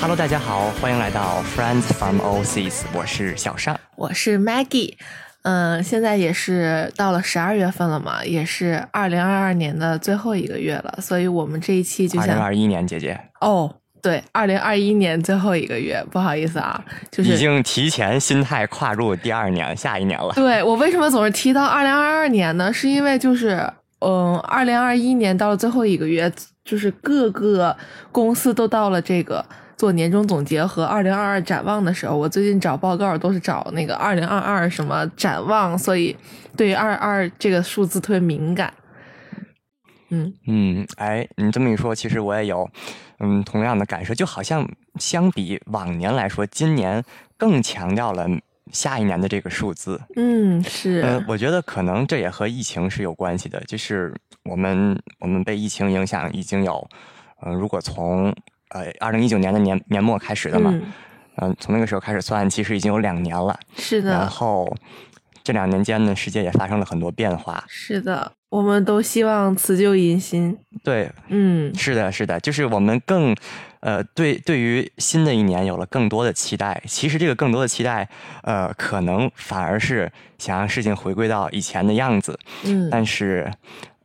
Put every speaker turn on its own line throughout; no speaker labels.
Hello，大家好，欢迎来到 Friends from Overseas，我是小尚。
我是 Maggie，嗯，现在也是到了十二月份了嘛，也是二零二二年的最后一个月了，所以我们这一期就
二零
想
二一年，姐姐
哦，对，二零二一年最后一个月，不好意思啊，就是
已经提前心态跨入第二年，下一年 了。
对我为什么总是提到二零二二年呢？是因为就是，嗯，二零二一年到了最后一个月，就是各个公司都到了这个做年终总结和二零二二展望的时候，我最近找报告都是找那个二零二二什么展望，所以对于二二这个数字特别敏感。嗯，
嗯，哎，你这么一说，其实我也有，嗯，同样的感受，就好像相比往年来说，今年更强调了下一年的这个数字。
嗯，是，
呃，我觉得可能这也和疫情是有关系的，就是我们我们被疫情影响已经有，嗯、如果从呃二零一九年的年年末开始的嘛，
嗯，
嗯、从那个时候开始算，其实已经有两年了。
是的，
然后这两年间呢，世界也发生了很多变化。
是的，我们都希望辞旧迎新。
对，
嗯，
是的，是的，就是我们更，呃，对，对于新的一年有了更多的期待。其实这个更多的期待，呃，可能反而是想让事情回归到以前的样子。
嗯，
但是，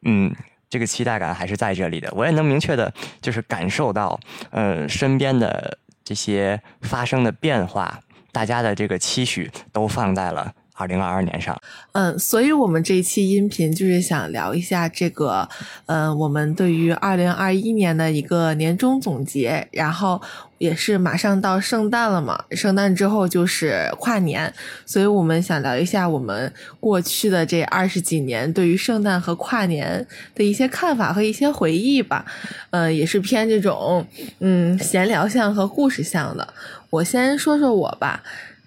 嗯，这个期待感还是在这里的。我也能明确的，就是感受到，呃，身边的这些发生的变化，大家的这个期许都放在了二零二二年上。
嗯，所以我们这一期音频就是想聊一下这个，嗯，我们对于二零二一年的一个年终总结，然后也是马上到圣诞了嘛，圣诞之后就是跨年，所以我们想聊一下我们过去的这二十几年对于圣诞和跨年的一些看法和一些回忆吧，嗯，也是偏这种嗯闲聊向和故事向的。我先说说我吧，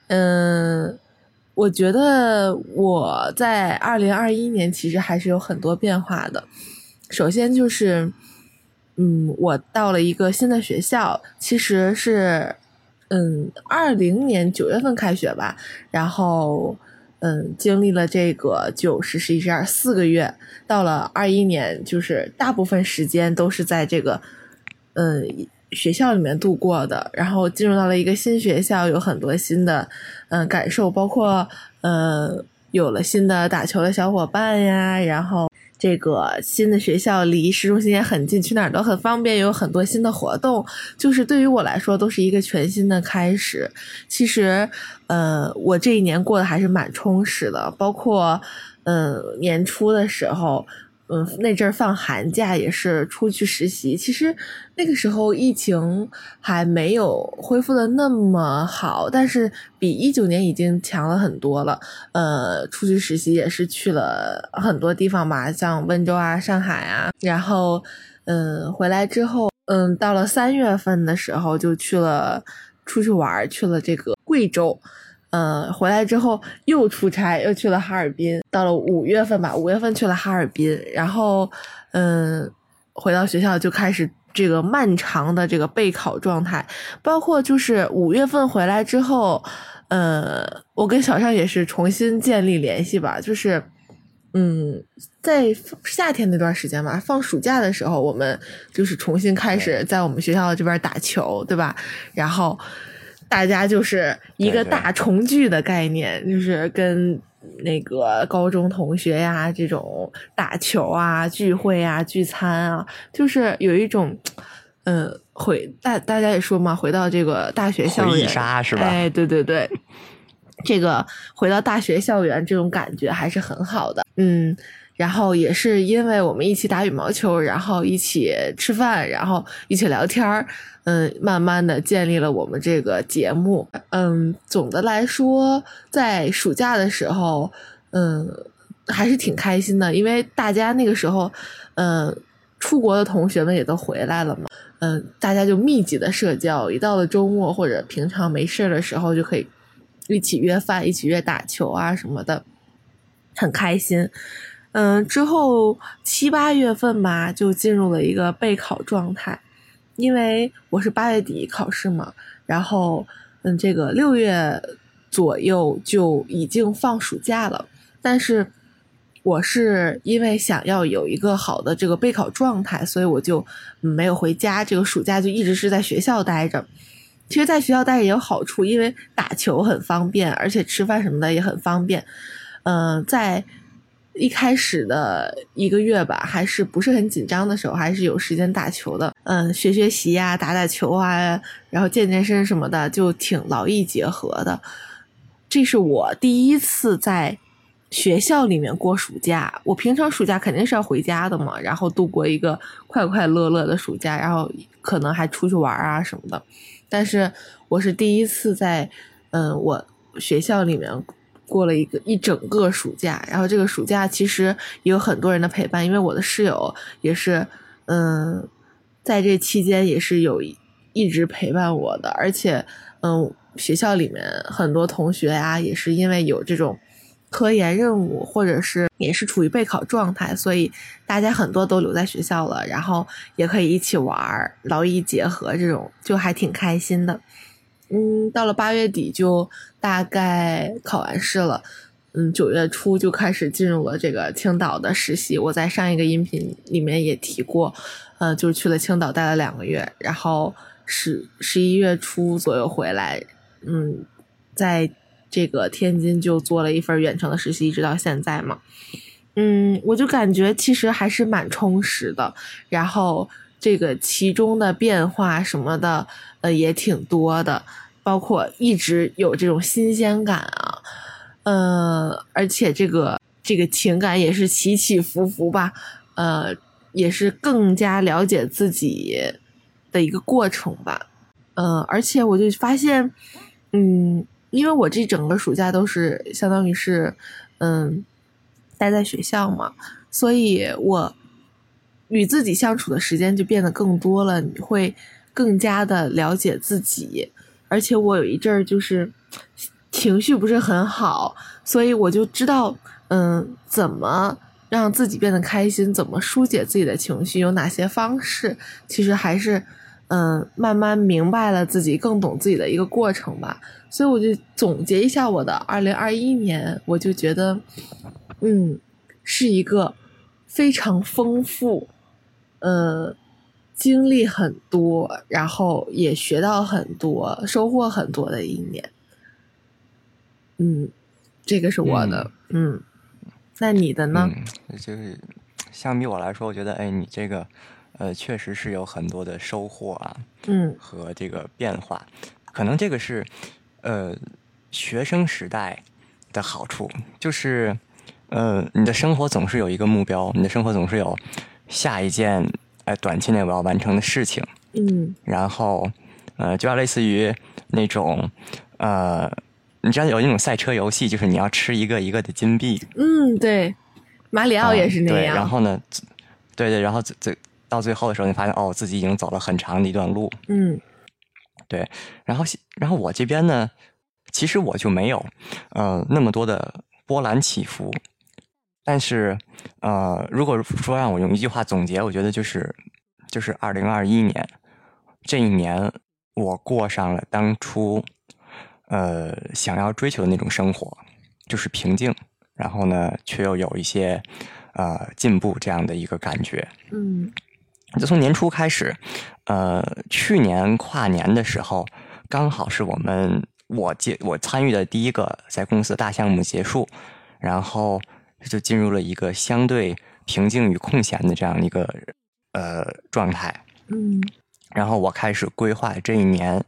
嗯，我觉得我在二零二一年其实还是有很多变化的。首先就是，嗯，我到了一个新的学校，其实是，嗯，二零年九月份开学吧，然后，嗯，经历了这个九十十一十二四个月，到了二一年，就是大部分时间都是在这个，嗯。学校里面度过的，然后进入到了一个新学校，有很多新的，嗯、感受，包括呃，有了新的打球的小伙伴呀，然后这个新的学校离市中心也很近，去哪儿都很方便，有很多新的活动，就是对于我来说都是一个全新的开始。其实，呃，我这一年过得还是蛮充实的，包括，嗯、年初的时候。嗯，那阵儿放寒假也是出去实习。其实那个时候疫情还没有恢复的那么好，但是比一九年已经强了很多了。呃，出去实习也是去了很多地方吧，像温州啊、上海啊，然后，嗯，回来之后，嗯，到了三月份的时候就去了出去玩儿，去了这个贵州。呃，回来之后又出差，又去了哈尔滨。到了五月份吧，五月份去了哈尔滨，然后，嗯，回到学校就开始这个漫长的这个备考状态，包括就是五月份回来之后，呃，我跟小尚也是重新建立联系吧，就是，嗯，在夏天那段时间吧，放暑假的时候，我们就是重新开始在我们学校这边打球，对吧？然后大家就是一个
对对
大重聚的概念，就是跟那个高中同学呀、这种打球啊、聚会啊、聚餐啊，就是有一种，呃，回大大家也说嘛，回到这个大学校
回忆
园
杀是吧？
哎，对对对，这个回到大学校园这种感觉还是很好的。嗯，然后也是因为我们一起打羽毛球，然后一起吃饭，然后一起聊天儿，嗯，慢慢的建立了我们这个节目。嗯，总的来说，在暑假的时候，嗯，还是挺开心的，因为大家那个时候，嗯。出国的同学们也都回来了嘛，嗯，大家就密集的社交，一到了周末或者平常没事儿的时候，就可以一起约饭、一起约打球啊什么的，很开心。嗯，之后七八月份吧，就进入了一个备考状态，因为我是八月底考试嘛，然后嗯，这个六月左右就已经放暑假了，但是我是因为想要有一个好的这个备考状态，所以我就嗯没有回家，这个暑假就一直是在学校待着。其实，在学校待着也有好处，因为打球很方便，而且吃饭什么的也很方便。嗯、在一开始的一个月吧，还是不是很紧张的时候，还是有时间打球的。嗯，学学习呀、打打球啊，然后健健身什么的，就挺劳逸结合的。这是我第一次在学校里面过暑假。我平常暑假肯定是要回家的嘛，然后度过一个快快乐乐的暑假，然后可能还出去玩啊什么的。但是我是第一次在嗯我学校里面过了一个一整个暑假，然后这个暑假其实也有很多人的陪伴，因为我的室友也是嗯在这期间也是有一一直陪伴我的，而且嗯学校里面很多同学啊也是因为有这种。科研任务，或者是也是处于备考状态，所以大家很多都留在学校了，然后也可以一起玩儿，劳逸结合，这种就还挺开心的。嗯，到了八月底就大概考完试了，嗯，九月初就开始进入了这个青岛的实习。我在上一个音频里面也提过，呃，就是去了青岛待了两个月，然后十十一月初左右回来，嗯，在这个天津就做了一份远程的实习，一直到现在嘛。嗯，我就感觉其实还是蛮充实的，然后这个其中的变化什么的，呃，也挺多的，包括一直有这种新鲜感啊，呃，而且这个这个情感也是起起伏伏吧，呃，也是更加了解自己的一个过程吧，呃，而且我就发现，嗯，因为我这整个暑假都是相当于是，嗯，待在学校嘛，所以我与自己相处的时间就变得更多了，你会更加的了解自己，而且我有一阵儿就是情绪不是很好，所以我就知道，嗯，怎么让自己变得开心，怎么疏解自己的情绪，有哪些方式，其实还是，嗯，慢慢明白了自己，更懂自己的一个过程吧。所以我就总结一下我的二零二一年，我就觉得，嗯，是一个非常丰富，呃，经历很多，然后也学到很多，收获很多的一年。嗯，这个是我的，嗯，那你的呢？
嗯，就是相比我来说，我觉得哎，你这个呃，确实是有很多的收获啊
嗯
和这个变化，可能这个是呃学生时代的好处，就是呃你的生活总是有一个目标，你的生活总是有下一件呃短期内我要完成的事情。
嗯
然后呃，就要类似于那种呃，你知道有那种赛车游戏，就是你要吃一个一个的金币，
嗯，对，马里奥
嗯
也是那
对
样。
然后呢，对对，然后最最到最后的时候，你发现哦，自己已经走了很长的一段路。
嗯
然后然后我这边呢，其实我就没有呃那么多的波澜起伏。但是，呃，如果说让我用一句话总结，我觉得就是，就是二零二一年这一年，我过上了当初，呃，想要追求的那种生活，就是平静，然后呢，却又有一些，呃，进步这样的一个感觉。
嗯
就从年初开始，呃，去年跨年的时候，刚好是我们我接我参与的第一个在公司的大项目结束，然后就进入了一个相对平静与空闲的这样一个呃状态。
嗯
然后我开始规划这一年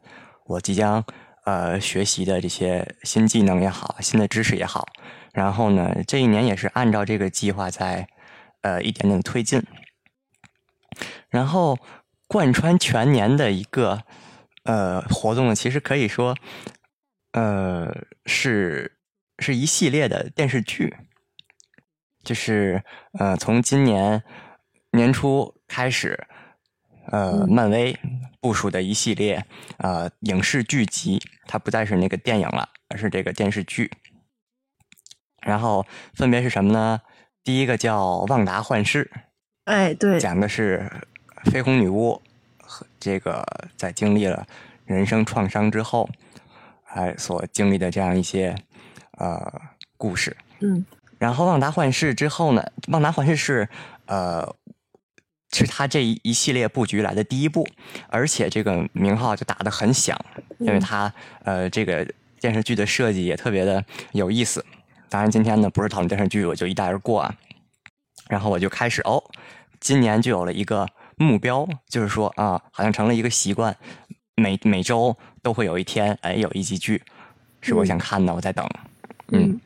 我即将呃学习的这些新技能也好，新的知识也好。然后呢，这一年也是按照这个计划在呃一点点地推进。然后贯穿全年的一个呃活动呢，其实可以说呃是是一系列的电视剧，就是呃从今年年初开始，呃
嗯
漫威部署的一系列呃影视剧集，它不再是那个电影了，而是这个电视剧。然后分别是什么呢？第一个叫《旺达幻视》，
哎，对，
讲的是绯红女巫和这个在经历了人生创伤之后，还所经历的这样一些呃故事。
嗯
然后旺达幻视之后呢，旺达幻视是呃是他这一一系列布局来的第一步，而且这个名号就打得很响，因
嗯
为它呃这个电视剧的设计也特别的有意思。当然，今天呢不是讨论电视剧，我就一带而过啊。然后我就开始哦，今年就有了一个目标，就是说啊，好像成了一个习惯，每每周都会有一天，哎，有一集剧是我想看的，我在等。嗯，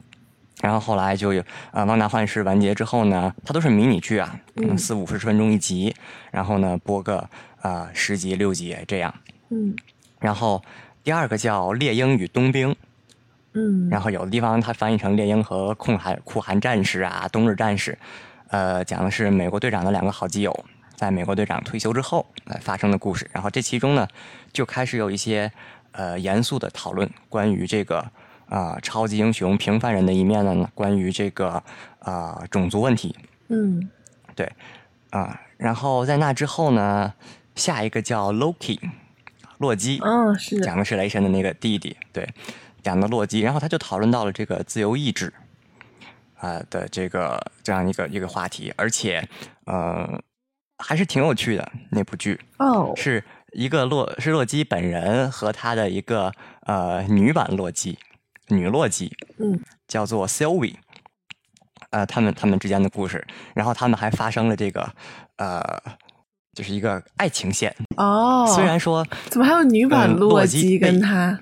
然后后来就有啊，《汪达幻视》完结之后呢，它都是迷你剧啊，可能
嗯
四五十分钟一集，然后呢播个啊、十集六集这样。
嗯
然后第二个叫《猎鹰与冬兵》，
嗯，
然后有的地方它翻译成《猎鹰》和《酷寒酷寒战士》啊，《冬日战士》，呃，讲的是美国队长的两个好基友在美国队长退休之后呃发生的故事。然后这其中呢，就开始有一些呃严肃的讨论，关于这个啊、呃超级英雄平凡人的一面呢，关于这个啊、呃种族问题
嗯
啊、然后在那之后呢，下一个叫 Loki，洛基。
嗯是的，
讲的是雷神的那个弟弟，对，讲的洛基，然后他就讨论到了这个自由意志啊、的这个这样一个一个话题，而且呃还是挺有趣的那部剧，
哦
是一个洛是洛基本人和他的一个呃女版洛基女洛基，
嗯，
叫做 Sylvie。呃，他们他们之间的故事，然后他们还发生了这个，呃，就是一个爱情线。
哦，
虽然说
怎么还有女版
嗯洛
基
基
跟
被
他？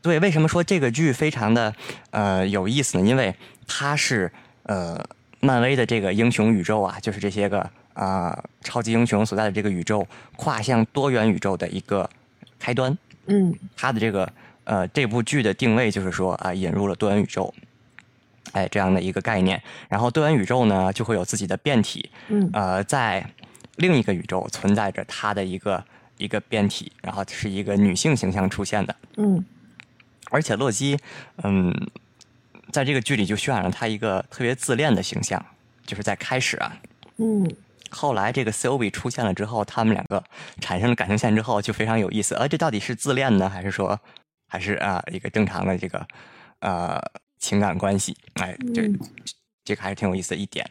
对，为什么说这个剧非常的呃有意思呢？因为它是呃漫威的这个英雄宇宙啊，就是这些个啊、呃超级英雄所在的这个宇宙，跨向多元宇宙的一个开端。
嗯
它的这个呃这部剧的定位就是说啊、引入了多元宇宙，哎这样的一个概念。然后多元宇宙呢，就会有自己的变体，
嗯
呃，在另一个宇宙存在着它的一个一个变体，然后是一个女性形象出现的。
嗯
而且洛基，嗯，在这个剧里就渲染了他一个特别自恋的形象，就是在开始啊，
嗯
后来这个 Sylvie 出现了之后，他们两个产生了感情线之后，就非常有意思。呃，这到底是自恋呢，还是说，还是啊、一个正常的这个呃情感关系？哎，这
嗯
这个还是挺有意思的一点。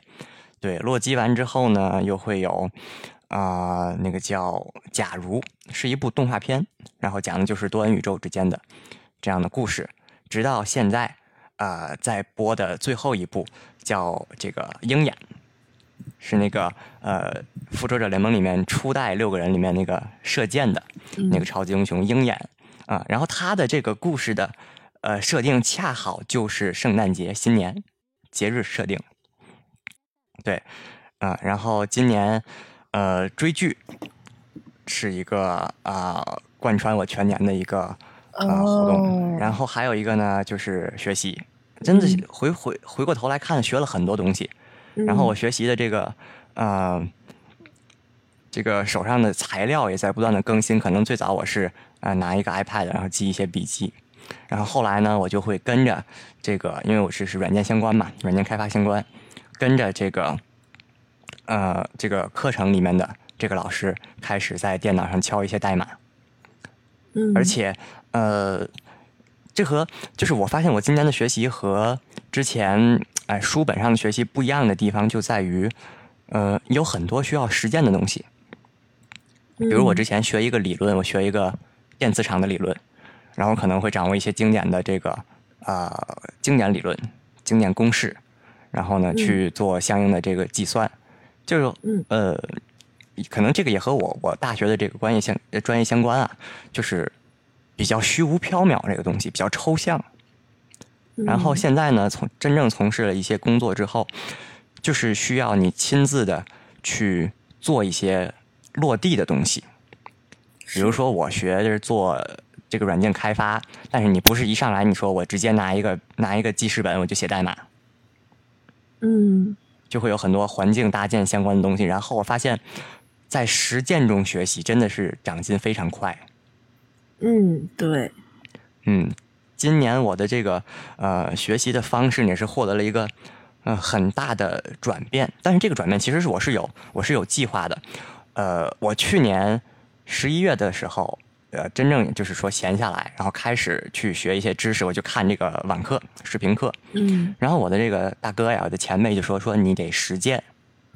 对，洛基完之后呢，又会有啊、那个叫《假如》，是一部动画片，然后讲的就是多元宇宙之间的这样的故事。直到现在，呃，在播的最后一部叫这个《鹰眼》。是那个呃《复仇者联盟》里面初代六个人里面那个射箭的
嗯
那个超级英雄鹰眼啊、然后他的这个故事的呃设定恰好就是圣诞节、新年节日设定，对啊、然后今年呃追剧是一个啊、贯穿我全年的一个呃活动，
哦
然后还有一个呢就是学习，真的
嗯
回回回过头来看学了很多东西。
嗯，
然后我学习的这个，呃，这个手上的材料也在不断的更新。可能最早我是呃拿一个 iPad，然后记一些笔记，然后后来呢，我就会跟着这个，因为我是是软件相关嘛，软件开发相关，跟着这个，呃，这个课程里面的这个老师开始在电脑上敲一些代码，
嗯
而且呃，这和就是我发现我今年的学习和之前哎书本上的学习不一样的地方就在于，呃，有很多需要实践的东西。比如我
嗯
之前学一个理论，我学一个电磁场的理论，然后可能会掌握一些经典的这个呃经典理论、经典公式，然后呢
嗯
去做相应的这个计算，就是
嗯
呃，可能这个也和我我大学的这个专业相呃专业相关啊，就是比较虚无缥缈这个东西比较抽象。
嗯
然后现在呢，从真正从事了一些工作之后，就是需要你亲自的去做一些落地的东西。比如说，我学的是做这个软件开发，但是你不是一上来你说我直接拿一个拿一个记事本我就写代码，
嗯
就会有很多环境搭建相关的东西。然后我发现，在实践中学习真的是长进非常快。
嗯对
嗯，今年我的这个呃学习的方式也是获得了一个呃很大的转变，但是这个转变其实是我是有我是有计划的。呃，我去年十一月的时候，呃，真正就是说闲下来，然后开始去学一些知识，我就看这个网课、视频课。
嗯
然后我的这个大哥呀，我的前辈就说说你得实践，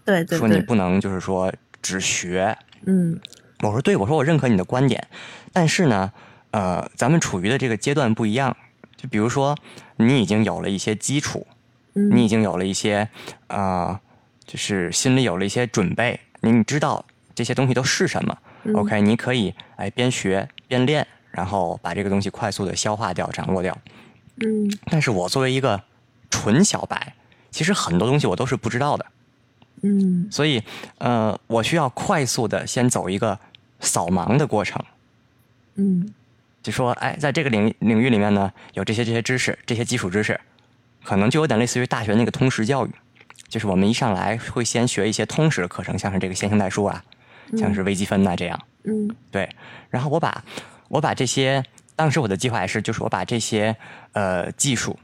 对对
说你
对
不能就是说只学，
嗯
我说对，我说我认可你的观点，但是呢，呃，咱们处于的这个阶段不一样。就比如说，你已经有了一些基础，
嗯
你已经有了一些呃，就是心里有了一些准备，你你知道这些东西都是什么。
嗯
OK，你可以哎边学边练，然后把这个东西快速的消化掉、掌握掉。
嗯
但是我作为一个纯小白，其实很多东西我都是不知道的，
嗯
所以呃，我需要快速的先走一个扫盲的过程。
嗯
就说，哎，在这个领领域里面呢，有这些这些知识，这些基础知识，可能就有点类似于大学那个通识教育，就是我们一上来会先学一些通识的课程，像是这个线性代数啊，像是微积分呐、这样。
嗯
对，然后我把我把这些，当时我的计划也是，就是我把这些呃技术，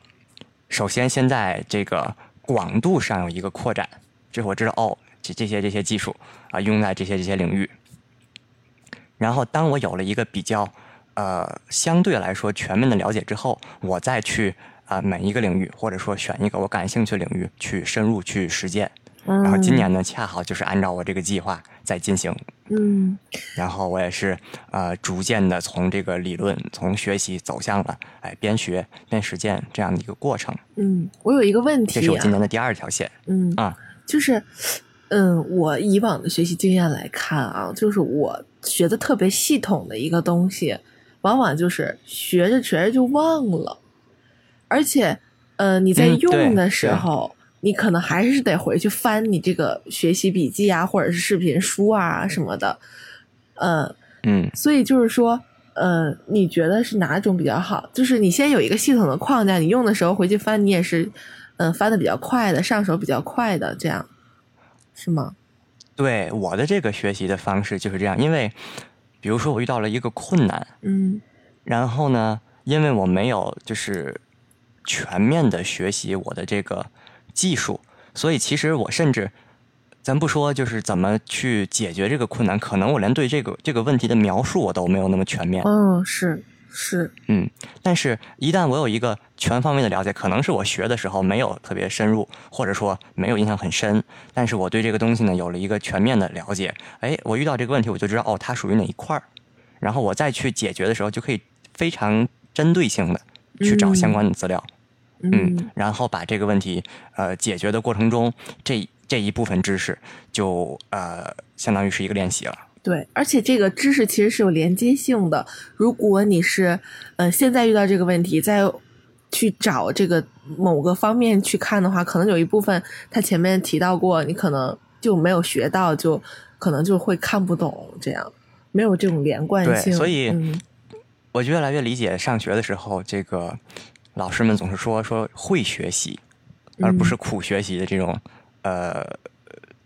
首先先在这个广度上有一个扩展，就是我知道哦，这这些这些技术啊、用在这些这些领域。然后当我有了一个比较呃相对来说全面的了解之后，我再去啊、每一个领域，或者说选一个我感兴趣的领域去深入去实践。
嗯，
然后今年呢，恰好就是按照我这个计划在进行。
嗯
然后我也是呃，逐渐的从这个理论、从学习走向了哎，边学边实践这样的一个过程。
嗯，我有一个问
这是
题
我
啊
今，年的第二条线。
嗯
啊，
就是，嗯，我以往的学习经验来看啊，就是我学的特别系统的一个东西，往往就是学着学着就忘了，而且，呃，你在
嗯对
用的时
对
候，你可能还是得回去翻你这个学习笔记啊，或者是视频书啊什么的，嗯，
嗯
所以就是说，呃，你觉得是哪种比较好？就是你先有一个系统的框架，你用的时候回去翻，你也是，嗯、翻的比较快的，上手比较快的，这样是吗？
对我的这个学习的方式就是这样，因为比如说我遇到了一个困难，
嗯
然后呢，因为我没有就是全面的学习我的这个技术，所以其实我甚至，咱不说就是怎么去解决这个困难，可能我连对这个这个问题的描述我都没有那么全面。
嗯、是是，
嗯，但是，一旦我有一个全方位的了解，可能是我学的时候没有特别深入，或者说没有印象很深，但是我对这个东西呢有了一个全面的了解。哎，我遇到这个问题，我就知道哦，它属于哪一块儿，然后我再去解决的时候，就可以哎非常针对性的去找相关的资料，
嗯
然后把这个问题呃解决的过程中，这这一部分知识就呃相当于是一个练习了。
对，而且这个知识其实是有连接性的。如果你是，呃，现在遇到这个问题，再去找这个某个方面去看的话，可能有一部分他前面提到过，你可能就没有学到，就可能就会看不懂，这样没有这种连贯
对
性。
所以
嗯
我就越来越理解上学的时候，这个老师们总是说说会学习，而不是苦学习的这种、呃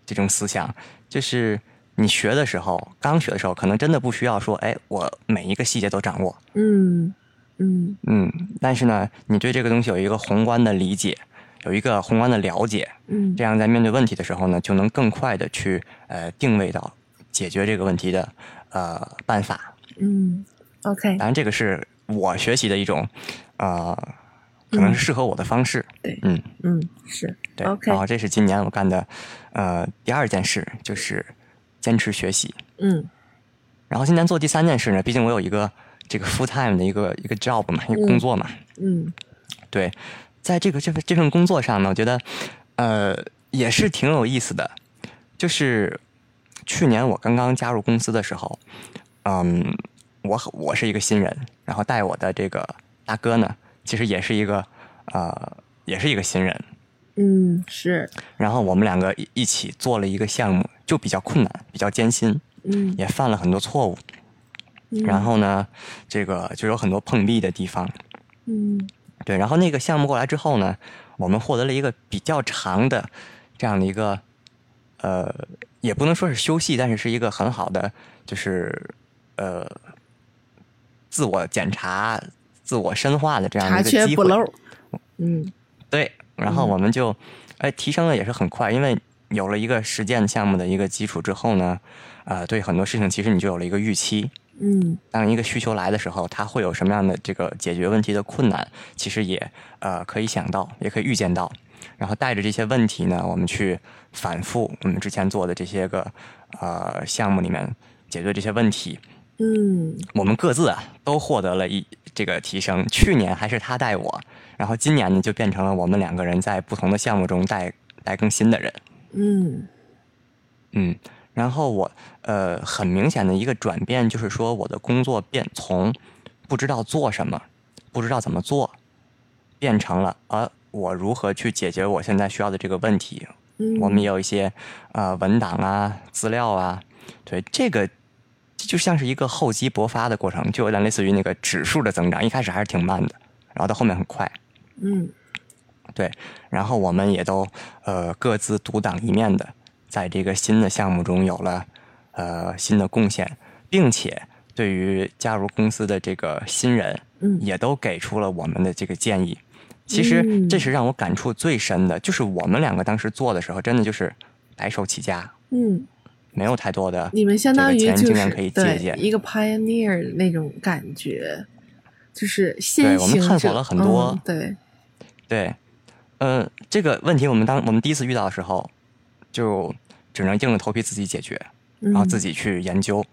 这种思想。就是你学的时候，刚学的时候，可能真的不需要说，哎，我每一个细节都掌握，
嗯嗯
嗯。但是呢，你对这个东西有一个宏观的理解，有一个宏观的了解，
嗯
这样在面对问题的时候呢，就能更快的去呃定位到解决这个问题的呃办法。
嗯，OK，
当然，这个是我学习的一种，呃，可能是适合我的方式。
嗯对
嗯，
嗯是
对。
OK，
然后这是今年我干的，呃，第二件事就是坚持学习。
嗯
然后今年做第三件事呢，毕竟我有一个这个 full time 的一个一个 job 嘛，一个工作嘛。
嗯
对，在这个这份这份工作上呢，我觉得，呃，也是挺有意思的。就是去年我刚刚加入公司的时候，嗯，我很我是一个新人，然后带我的这个大哥呢，其实也是一个呃，也是一个新人。
嗯是
然后我们两个一一起做了一个项目，就比较困难，比较艰辛，
嗯，
也犯了很多错误。然后呢，这个就有很多碰壁的地方。
嗯
对，然后那个项目过来之后呢，我们获得了一个比较长的这样的一个，呃，也不能说是休息，但是是一个很好的，就是呃，自我检查、自我深化的这样的
查
一个
缺
机
补
会。
漏，嗯。
对，然后
嗯
我们就，哎，提升的也是很快，因为有了一个实践项目的一个基础之后呢，呃，对很多事情其实你就有了一个预期。
嗯
当一个需求来的时候，它会有什么样的这个解决问题的困难，其实也呃可以想到，也可以预见到。然后带着这些问题呢，我们去反复我们之前做的这些个呃项目里面解决这些问题，
嗯
我们各自啊都获得了一这个提升。去年还是他带我，然后今年呢就变成了我们两个人在不同的项目中带带更新的人。
嗯
嗯，然后我呃很明显的一个转变就是说，我的工作变从不知道做什么，不知道怎么做，变成了呃我如何去解决我现在需要的这个问题。
嗯，
我们也有一些呃文档啊、资料啊，对这个。就像是一个厚积薄发的过程，就有点类似于那个指数的增长，一开始还是挺慢的，然后到后面很快。
嗯
然后我们也都呃各自独当一面的，在这个新的项目中有了呃新的贡献，并且对于加入公司的这个新人，
嗯
也都给出了我们的这个建议。其实
嗯
这是让我感触最深的，就是我们两个当时做的时候，真的就是白手起家，
嗯，
没有太多的
你们相当于
这个前人
就
经验
是
可以借
对
鉴。
一个 pioneer 那种感觉，就是
对
先
我们
行者，
探索了很多
嗯对，
对，呃，这个问题我们当我们第一次遇到的时候，就只能硬着头皮自己解决。
然
然后自己去研究。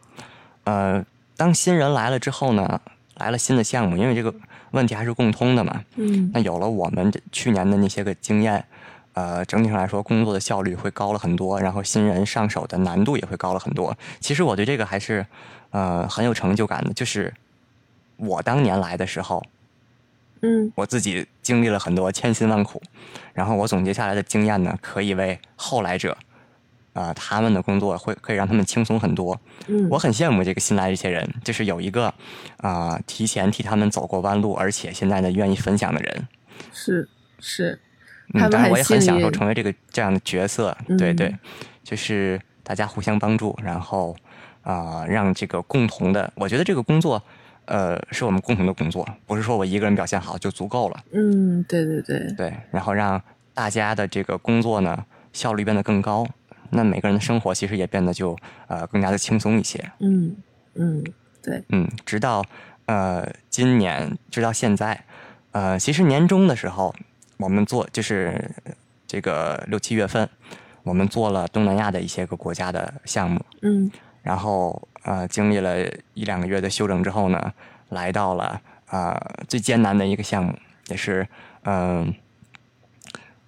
呃，当新人来了之后呢，来了新的项目，因为这个问题还是共通的嘛。
嗯
那有了我们这去年的那些个经验，呃，整体上来说工作的效率会高了很多，然后新人上手的难度也会高了很多。其实我对这个还是呃很有成就感的，就是我当年来的时候，
嗯
我自己经历了很多千辛万苦，然后我总结下来的经验呢，可以为后来者。啊、他们的工作会可以让他们轻松很多，
嗯，
我很羡慕这个新来的这些人，就是有一个啊、提前替他们走过弯路，而且现在呢愿意分享的人。
是是，
嗯，
他们
当然
很
我也很
幸
享受
运
成为这个这样的角色。对
嗯
对，就是大家互相帮助，然后啊、让这个共同的，我觉得这个工作。呃，是我们共同的工作，不是说我一个人表现好就足够了。
嗯，对对对，
对，然后让大家的这个工作呢效率变得更高，那每个人的生活其实也变得就呃更加的轻松一些。
嗯嗯
嗯，直到呃今年，直到现在，呃，其实年终的时候，我们做就是这个六七月份，我们做了东南亚的一些个国家的项目，
嗯
然后呃经历了一两个月的休整之后呢，来到了呃最艰难的一个项目，也是嗯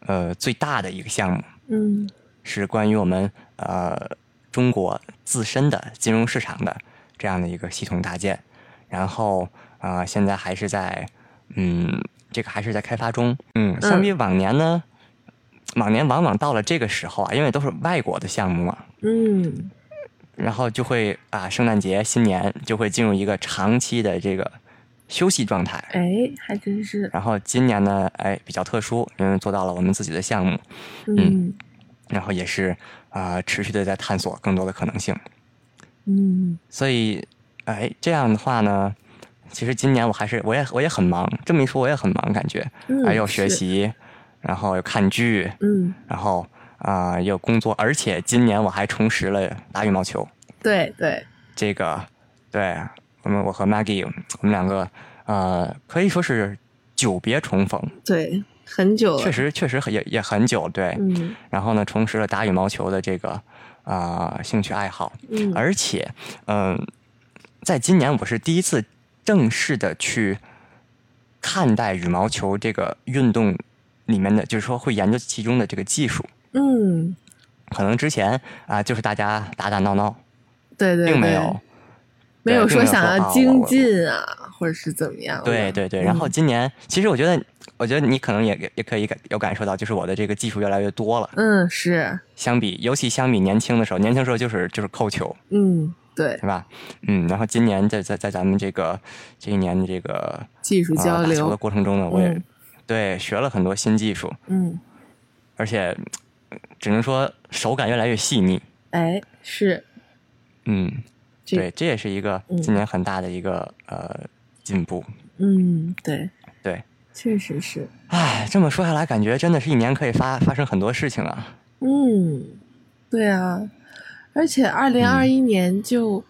呃最大的一个项目，
嗯
是关于我们呃中国自身的金融市场的这样的一个系统搭建，然后啊、呃现在还是在嗯这个还是在开发中，嗯，相比往年呢，往年往往到了这个时候啊，因为都是外国的项目嘛，
嗯
然后就会啊、圣诞节、新年就会进入一个长期的这个休息状态，
哎，还真是，
然后今年呢，哎比较特殊，因为做到了我们自己的项目，
嗯
然后也是啊、呃持续的在探索更多的可能性。
嗯
所以，哎，这样的话呢，其实今年我还是我也我也很忙。这么一说，我也很忙，感觉
嗯，
还有学
是，
习，然后又看剧，
嗯，
然后啊、呃、又工作，而且今年我还重拾了打羽毛球。
对对，
这个，对我们我和 Maggie 我们两个呃可以说是久别重逢，
对，很久了，
确，实确实很也也很久对。
嗯
然后呢，重拾了打羽毛球的这个啊、呃兴趣爱好。
嗯，
而且，嗯、在今年我是第一次正式的去看待羽毛球这个运动里面的，就是说会研究其中的这个技术。
嗯，
可能之前啊、就是大家打打闹闹，
对对，
并没
对
有，
没
对
有
并
说
没有
想
说
要
啊
精
我
进啊，或者是怎么样的，
对对对。然后
嗯
今年，其实我觉得，我觉得你可能也也也可以感有感受到，就是我的这个技术越来越多了。
嗯是，
相比，尤其相比年轻的时候，年轻时候就是就是扣球，
嗯对
对，吧？嗯，然后今年在在在咱们这个这一年的这个
技术
啊
交
打球的
流，
过程中呢，我也、
嗯
对学了很多新技术，
嗯，
而且嗯只能说手感越来越细腻。
哎是，
嗯，
这
对，这也是一个
嗯
今年很大的一个、呃进步。
嗯对
对，
确实是，
唉，这么说下来，感觉真的是一年可以发发生很多事情啊。
嗯，对啊，而且二零二一年就，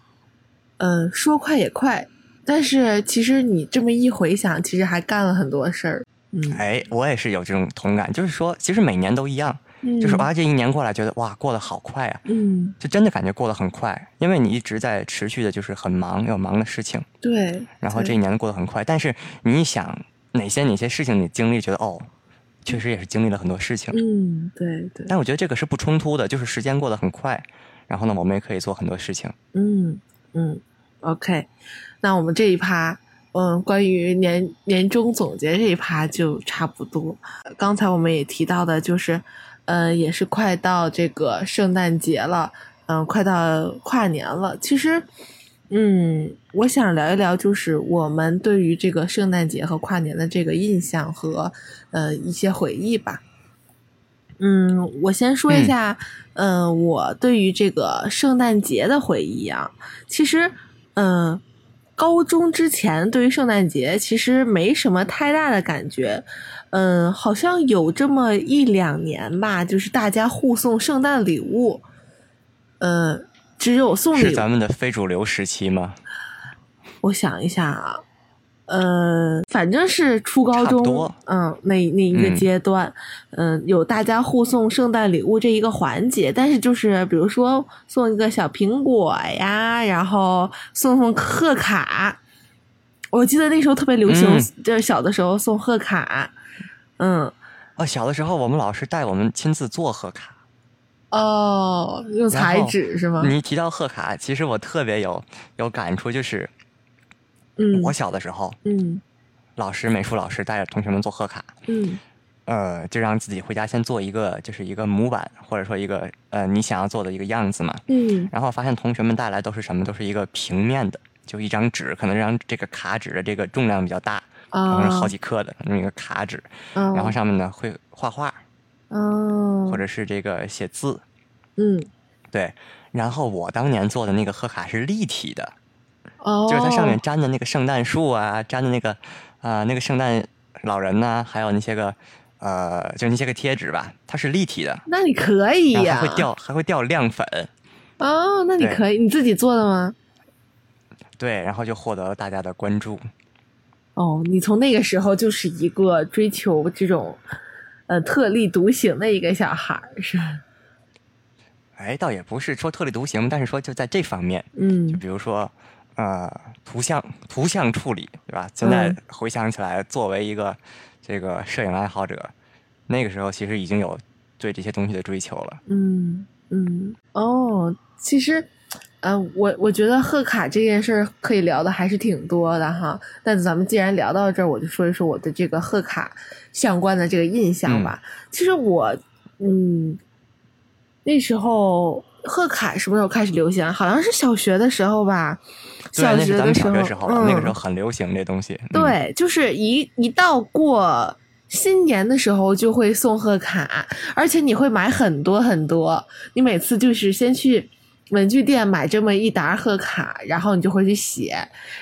嗯、说快也快，但是其实你这么一回想，其实还干了很多事儿。嗯，
哎哎，我也是有这种同感，就是说，其实每年都一样，
嗯
就是哇，这一年过来觉得哇过得好快啊，
嗯，
就真的感觉过得很快，因为你一直在持续的就是很忙，有忙的事情，
对。
然后这
对
一年过得很快。但是你一想哪些哪些事情你经历，觉得哦，确实也是经历了很多事情。
嗯，对对，
但我觉得这个是不冲突的，就是时间过得很快，然后呢，我们也可以做很多事情。
嗯嗯，OK，那我们这一趴，嗯，关于年年终总结这一趴就差不多。呃刚才我们也提到的，就是，呃，也是快到这个圣诞节了，嗯、快到跨年了。其实，嗯，我想聊一聊，就是我们对于这个圣诞节和跨年的这个印象和呃一些回忆吧。嗯，我先说一
嗯
下，嗯、我对于这个圣诞节的回忆啊，其实，嗯、高中之前对于圣诞节其实没什么太大的感觉，嗯，好像有这么一两年吧，就是大家互送圣诞礼物，嗯，只有送
是
礼物
咱们的非主流时期吗？
我想一下啊，呃，反正是初高
差不
中
多，
嗯，那那一个
嗯
阶段，嗯、有大家互送圣诞礼物这一个环节，但是就是比如说送一个小苹果呀，然后送送贺卡，我记得那时候特别流行，
嗯
就是小的时候送贺卡，嗯，
哦，小的时候我们老师带我们亲自做贺卡。
哦，用
然
彩
后
纸是吗？
你一提到贺卡，其实我特别有有感触，就是
嗯
我小的时候，
嗯
老师美术老师带着同学们做贺卡，
嗯
呃，就让自己回家先做一个，就是一个模板，或者说一个呃你想要做的一个样子嘛。
嗯
然后发现同学们带来都是什么，都是一个平面的，就一张纸，可能这张这个卡纸的这个重量比较大，可能是
啊
好，几克的那个卡纸，
然
然后上面呢会画画
嗯
或者是这个写字，
嗯
对。然后我当年做的那个贺卡是立体的，
哦，
就是它上面粘的那个圣诞树啊，粘的那个啊、呃那个圣诞老人呐、还有那些个呃，就是那些个贴纸吧，它是立体的，
那你可以
然后
呀、
还会掉还会掉亮粉，
哦，那你
对
可以你自己做的吗？
对，然后就获得了大家的关注。
哦，你从那个时候就是一个追求这种，呃，特立独行的一个小孩儿，是吧？
哎，倒也不是说特立独行，但是说就在这方面，就
嗯
比如说，呃，图像图像处理，对吧？现在
嗯
回想起来，作为一个这个摄影爱好者，那个时候其实已经有对这些东西的追求了。
嗯嗯，哦，其实，呃，我我觉得贺卡这件事儿可以聊的还是挺多的哈。但咱们既然聊到这儿，我就说一说我的这个贺卡相关的这个印象吧。其实我，嗯，那时候贺卡什么时候开始流行啊？好像是小学的时候吧。
对，
小
那是
学
咱
的
们
时
小
候，
学时候了，那个时候
嗯
很流行这东西。嗯，
对，就是一一到过新年的时候就会送贺卡，而且你会买很多很多。你每次就是先去文具店买这么一沓贺卡，然后你就回去写，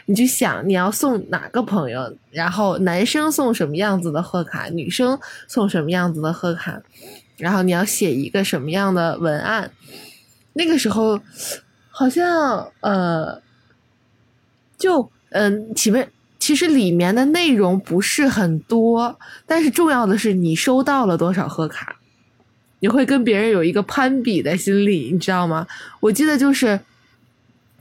你就想你要送哪个朋友，然后男生送什么样子的贺卡，女生送什么样子的贺卡，然后你要写一个什么样的文案。那个时候好像呃，就嗯，前面其实里面的内容不是很多，但是重要的是你收到了多少贺卡，你会跟别人有一个攀比的心理，你知道吗？我记得就是，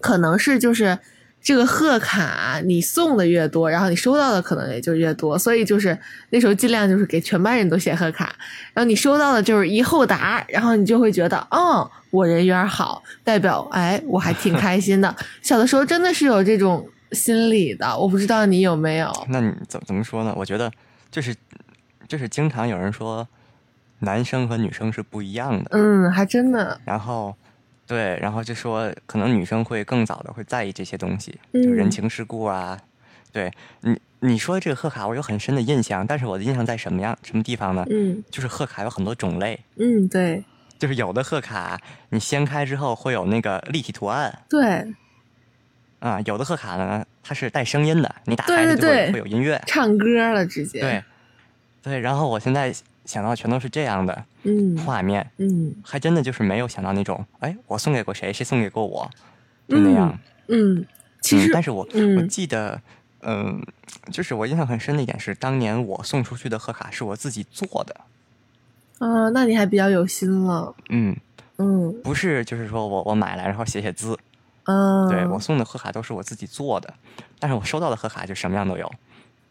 可能是就是这个贺卡你送的越多，然后你收到的可能也就越多，所以就是那时候尽量就是给全班人都写贺卡，然后你收到的就是一厚沓，然后你就会觉得，哦，我人缘好，代表哎我还挺开心的。小的时候真的是有这种心理的，我不知道你有没有。
那你怎怎么说呢？我觉得就是就是经常有人说，男生和女生是不一样的。
嗯，还真的，
然后，对，然后就说可能女生会更早的会在意这些东西，就人
嗯
情世故啊。对你你说这个贺卡，我有很深的印象，但是我的印象在什么样什么地方呢？
嗯
就是贺卡有很多种类，
嗯，对
就是有的贺卡你掀开之后会有那个立体图案
对，
啊、有的贺卡呢它是带声音的，你打
对
开它
对
就会
对
会有音乐，
唱歌了直接，，
对对。然后我现在想到全都是这样的
嗯
画面，
嗯
还真的就是没有想到那种，哎，我送给过谁，谁送给过我，就那样。
嗯，其实
嗯、但是我、我
嗯
记得，嗯、就是我印象很深的一点是，当年我送出去的贺卡是我自己做的，
啊，那你还比较有心了，
嗯，
嗯
不是就是说我我买来然后写写字，
嗯，
对我送的贺卡都是我自己做的，但是我收到的贺卡就什么样都有，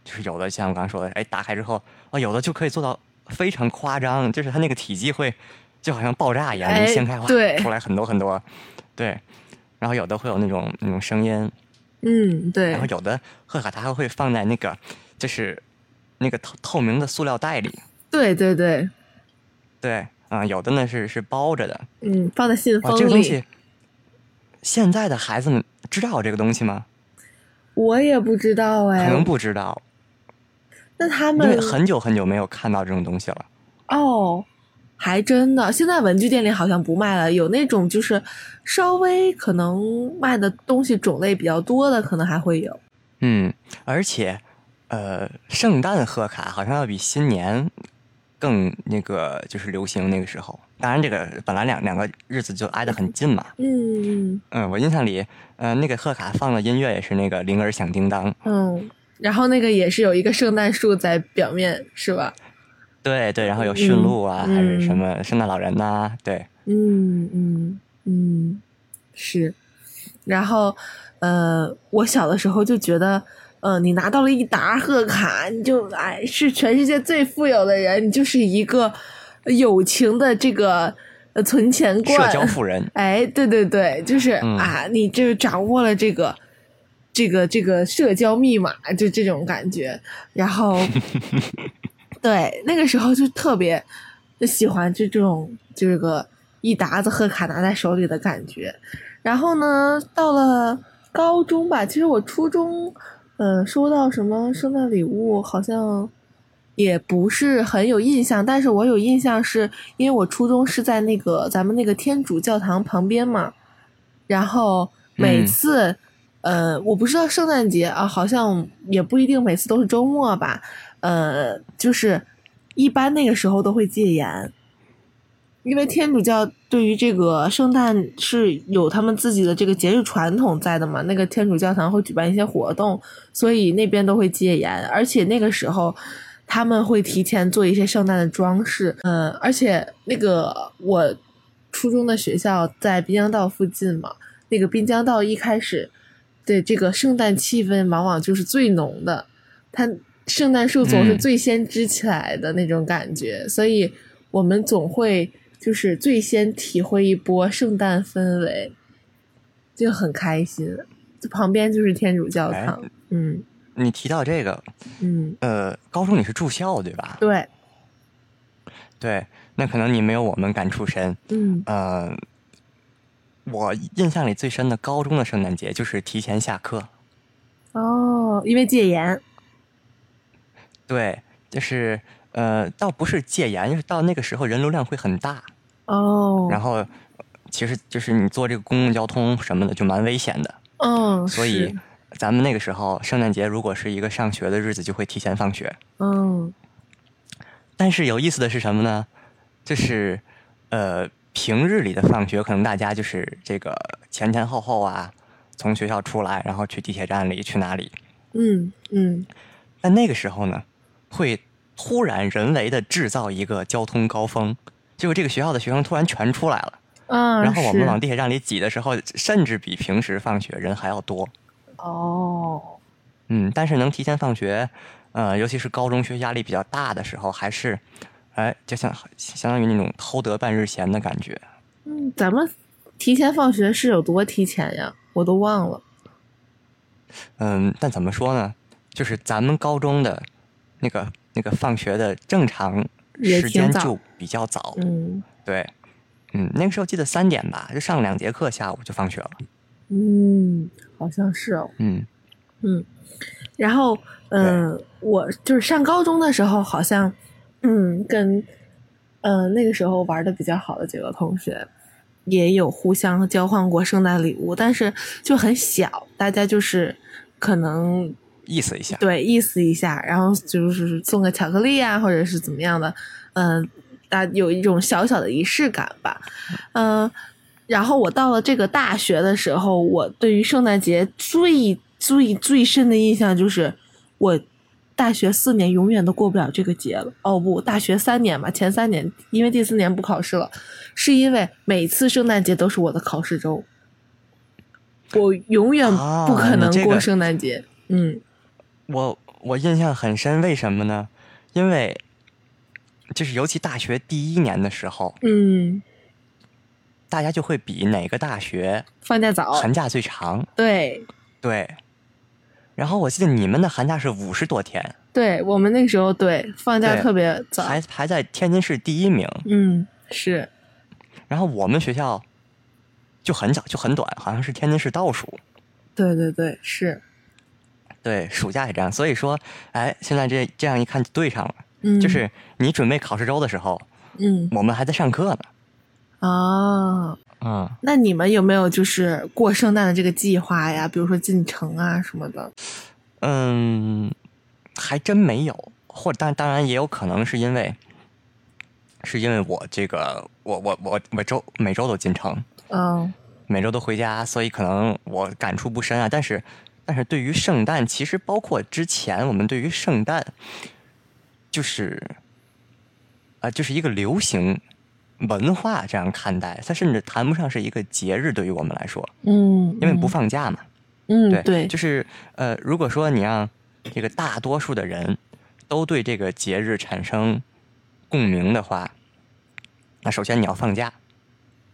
就是有的像我刚刚说的，哎，打开之后啊、有的就可以做到非常夸张，就是它那个体积会就好像爆炸一样，
哎
你掀开哇，
对
出来很多很多，对，然后有的会有那种那种声音，
嗯对
然后，有的贺卡它还会放在那个就是那个透透明的塑料袋里，
对对对，
对，啊、有的呢是是包着的，
嗯，放在信
哇，
封
这个东
里
西，，现在的孩子们知道这个东西吗？
我也不知道
可
哎，
能不知道，
那他
因为
们
很久很久没有看到这种东西了。
哦，还真的，现在文具店里好像不卖了，有那种就是稍微可能卖的东西种类比较多的，可能还会有。
嗯，而且，呃，圣诞贺卡好像要比新年更那个就是流行那个时候。当然，这个本来两两个日子就挨得很近嘛。
嗯
嗯，我印象里，呃，那个贺卡放的音乐也是那个铃儿响叮当。
嗯，然后那个也是有一个圣诞树在表面，是吧？
对对，然后有驯鹿啊，
嗯
还是什么圣诞老人呐、对，
嗯嗯嗯，是。然后，呃，我小的时候就觉得，呃，你拿到了一沓贺卡，你就哎是全世界最富有的人，你就是一个友情的这个呃存钱
社交
罐。
富人。
哎，对对对，就是、
嗯
啊，你就是掌握了这个。这个这个社交密码就这种感觉，然后，对那个时候就特别就喜欢这这种这个一沓子贺卡拿在手里的感觉。然后呢，到了高中吧，其实我初中，呃，收到什么圣诞礼物好像也不是很有印象，但是我有印象是因为我初中是在那个咱们那个天主教堂旁边嘛，然后每
嗯
次、呃，我不知道圣诞节啊，好像也不一定每次都是周末吧。呃，就是一般那个时候都会戒严，因为天主教对于这个圣诞是有他们自己的这个节日传统在的嘛。那个天主教堂会举办一些活动，所以那边都会戒严，而且那个时候。他们会提前做一些圣诞的装饰，嗯，而且那个我初中的学校在滨江道附近嘛，那个滨江道一开始，对这个圣诞气氛往往就是最浓的，它圣诞树总是
嗯
最先支起来的那种感觉，所以我们总会就是最先体会一波圣诞氛围，就很开心。这旁边就是天主教
哎
堂，嗯
你提到这个，
嗯，
呃，高中你是住校对吧？
对，
对，那可能你没有我们感触深。
嗯
呃，我印象里最深的高中的圣诞节就是提前下课，
哦，因为戒严，
对，就是呃，倒不是戒严，就是到那个时候人流量会很大，
哦，
然后其实就是你坐这个公共交通什么的就蛮危险的，
嗯，
所
是
以咱们那个时候圣诞节如果是一个上学的日子，就会提前放学。
嗯
但是有意思的是什么呢？就是，呃，平日里的放学，可能大家就是这个前前后后啊，从学校出来，然后去地铁站里，去哪里。
嗯嗯，
但那个时候呢，会突然人为的制造一个交通高峰，结果这个学校的学生突然全出来了，
啊，
然后我们
是
往地铁站里挤的时候，甚至比平时放学人还要多。
哦，
嗯，但是能提前放学，呃，尤其是高中学习压力比较大的时候，还是，哎，就像相当于那种偷得半日闲的感觉。
嗯，咱们提前放学是有多提前呀？我都忘了。
嗯，但怎么说呢？就是咱们高中的那个那个放学的正常
也
时
挺
间
早
就比较早，
嗯
对，嗯，那个时候记得三点吧，就上两节课，下午就放学了。
嗯，好像是哦。
嗯，
嗯，然后嗯、呃我就是上高中的时候，好像嗯跟嗯、呃那个时候玩的比较好的几个同学。也有互相交换过圣诞礼物，但是就很小，大家就是可能
意思一下，
对，意思一下，然后就是送个巧克力啊，或者是怎么样的，嗯、大有一种小小的仪式感吧，嗯、然后我到了这个大学的时候，我对于圣诞节最最最深的印象就是我大学四年永远都过不了这个节了。哦不，大学三年嘛，前三年因为第四年不考试了，是因为每次圣诞节都是我的考试周，我永远
啊
不可
你
能
这
过
个
圣诞节。嗯，
我我印象很深，为什么呢？因为就是尤其大学第一年的时候，
嗯，
大家就会比哪个大学
放假早，
寒假最长。
对
哦对，然后我记得你们的寒假是五十多天，
对，我们那个时候对放假
对
特别早，
还还在天津市第一名。
嗯，是
然后我们学校就很早，就很短，好像是天津市倒数。
对对对是，
对，暑假也这样。所以说，哎，现在这这样一看就对上了，
嗯，
就是你准备考试周的时候，
嗯
我们还在上课呢。
啊，
嗯，
那你们有没有就是过圣诞的这个计划呀？比如说进城啊什么的。
嗯，还真没有，或但当然也有可能是因为，是因为我这个我我我每周每周都进城，
嗯
每周都回家，所以可能我感触不深啊。但是，但是对于圣诞，其实包括之前我们对于圣诞，就是啊、就是一个流行文化这样看待，它甚至谈不上是一个节日，对于我们来说，
嗯，
因为不
嗯
放假嘛。
嗯
对
对，
就是呃，如果说你让这个大多数的人都对这个节日产生共鸣的话，那首先你要放假，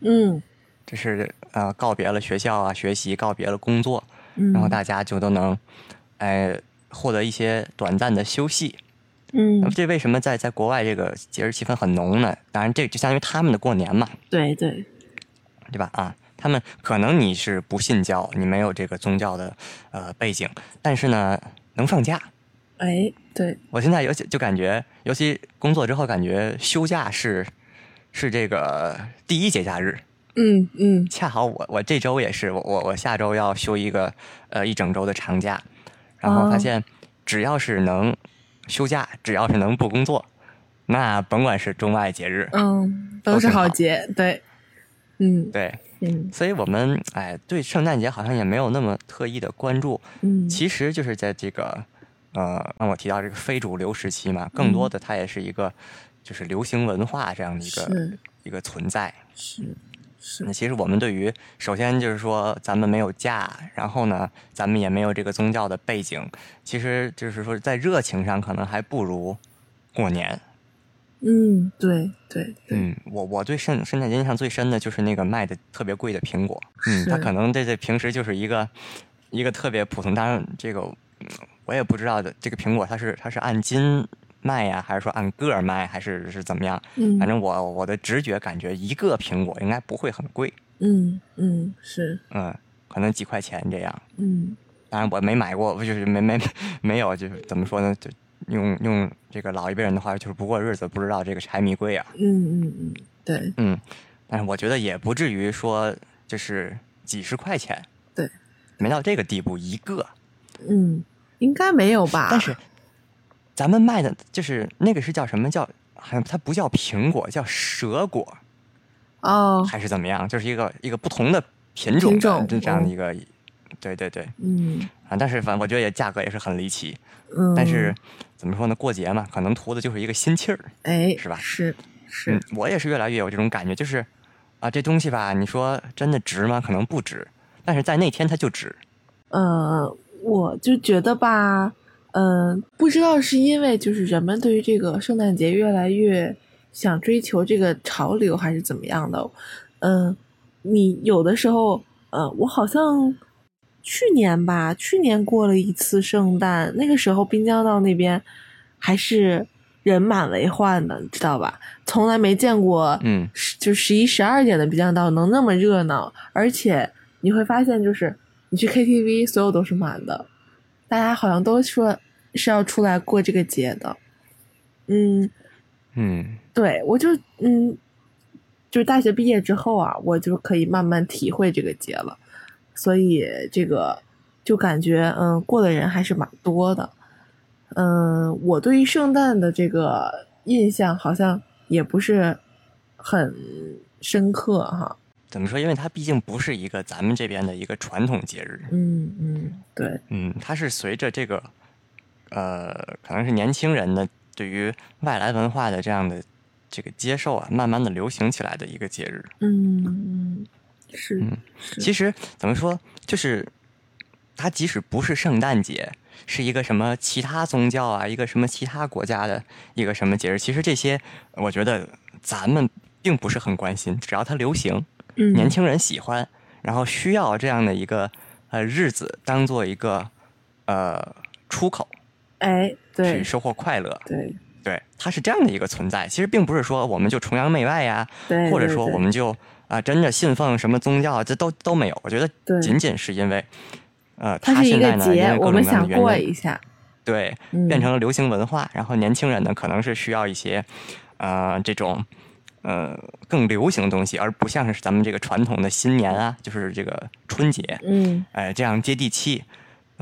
嗯
这是呃告别了学校啊学习，告别了工作，
嗯，
然后大家就都能哎、获得一些短暂的休息。那
嗯
么这为什么在在国外这个节日气氛很浓呢？当然，这就相当于他们的过年嘛，
对对
对吧？啊，他们可能你是不信教，你没有这个宗教的呃背景，但是呢能放假。
哎对
我现在尤其就感觉，尤其工作之后，感觉休假是是这个第一节假日。
嗯嗯
恰好我我这周也是，我我我下周要休一个呃一整周的长假，然后
哦
发现只要是能休假，只要是能不工作，那甭管是中外节日，
嗯，
都
都是
挺好
好节对，嗯
对，
嗯
所以我们哎对圣诞节好像也没有那么特意的关注，
嗯
其实就是在这个呃，让我提到这个非主流时期
嗯
嘛，更多的它也是一个就是流行文化这样的一个
是
一个存在。
是是
那其实我们对于首先就是说咱们没有假，然后呢，咱们也没有这个宗教的背景，其实就是说在热情上可能还不如过年。
嗯对对对
嗯，我我对圣圣诞节印象最深的就是那个卖的特别贵的苹果，嗯，它
是
可能这这平时就是一个一个特别普通，当然这个嗯我也不知道的，这个苹果它是它是按斤卖呀，还是说按个儿卖，还是是怎么样？
嗯
反正我我的直觉感觉一个苹果应该不会很贵，
嗯嗯是
嗯，可能几块钱这样。
嗯
当然我没买过，就是没没没有，就是怎么说呢？就用用这个老一辈人的话，就是不过日子，不知道这个柴米贵啊。
嗯嗯嗯对
嗯，但是我觉得也不至于说就是几十块钱，
对，
没到这个地步一个。
嗯应该没有吧？
但是咱们卖的就是那个是叫什么叫？好像它不叫苹果，叫蛇果
哦
还是怎么样？就是一个一个不同的品种的
品种
这这样的
嗯
一个，对对对
嗯
啊！但是反正我觉得也价格也是很离奇。
嗯，
但是怎么说呢？过节嘛，可能图的就是一个心气儿。
哎
是吧
是是
嗯，我也是越来越有这种感觉，就是啊，这东西吧，你说真的值吗？可能不值，但是在那天它就值。
呃，我就觉得吧，嗯、不知道是因为就是人们对于这个圣诞节越来越想追求这个潮流，还是怎么样的？嗯、你有的时候，呃，我好像去年吧，去年过了一次圣诞，那个时候滨江道那边还是人满为患的，你知道吧？从来没见过，
嗯
十就十一、十二点的滨江道能那么热闹，而且你会发现，就是你去 KTV，所有都是满的，大家好像都说是要出来过这个节的。嗯，
嗯
对我就嗯，就是大学毕业之后啊，我就可以慢慢体会这个节了，所以这个就感觉嗯，过的人还是蛮多的。嗯，我对于圣诞的这个印象好像也不是很深刻哈。
怎么说？因为它毕竟不是一个咱们这边的一个传统节日，
嗯嗯，对，
嗯，它是随着这个呃，可能是年轻人的对于外来文化的这样的这个接受啊，慢慢的流行起来的一个节日。
嗯嗯，是。
嗯
是
其实怎么说，就是它即使不是圣诞节，是一个什么其他宗教啊，一个什么其他国家的一个什么节日，其实这些我觉得咱们并不是很关心，只要它流行，
嗯
年轻人喜欢，然后需要这样的一个呃日子当做一个呃出口
哎，
去
对
收获快乐，
对
对，它是这样的一个存在。其实并不是说我们就崇洋媚外呀，
对，
或者
对
说
对
我们就啊、真的信奉什么宗教啊，这都都没有。我觉
对
得仅仅是因为，呃，
它
它
是一
现在
个
呢，因
节
为，各
我
种
们
各样
想
的
过
原因，
一下，
对，
嗯
变成了流行文化。然后年轻人呢，可能是需要一些呃这种呃更流行的东西，而不像是咱们这个传统的新年啊，就是这个春节，
嗯
哎、这样接地气。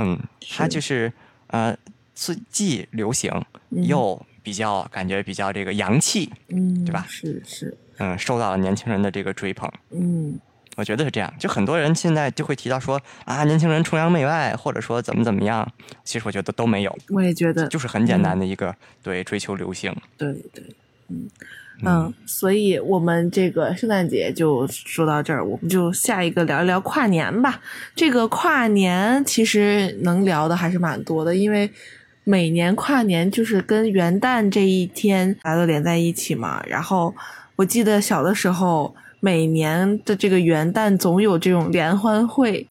嗯，它
是
就是呃，既既流行
嗯
又比较感觉比较这个洋气，
嗯，
对吧
是是，
嗯，受到了年轻人的这个追捧。
嗯
我觉得是这样，就很多人现在就会提到说啊，年轻人崇洋媚外，或者说怎么怎么样。其实我觉得都没有，
我也觉得
就是很简单的一个、对追求流行。
对对，嗯嗯，所以我们这个圣诞节就说到这儿，我们就下一个聊一聊跨年吧。这个跨年其实能聊的还是蛮多的，因为每年跨年就是跟元旦这一天大家都连在一起嘛。然后我记得小的时候，每年的这个元旦总有这种联欢会，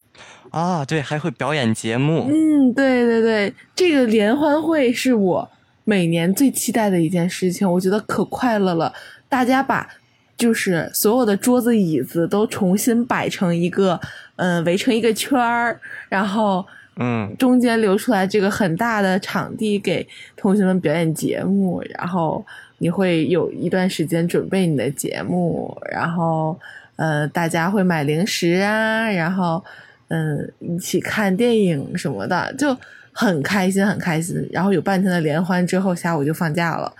啊，对，还会表演节目。
嗯，对对对，这个联欢会是我每年最期待的一件事情，我觉得可快乐了。大家把就是所有的桌子椅子都重新摆成一个，嗯，围成一个圈儿，然后
嗯，
中间留出来这个很大的场地给同学们表演节目，然后你会有一段时间准备你的节目，然后呃，大家会买零食啊，然后嗯、一起看电影什么的，就很开心，很开心。然后有半天的联欢之后，下午就放假了，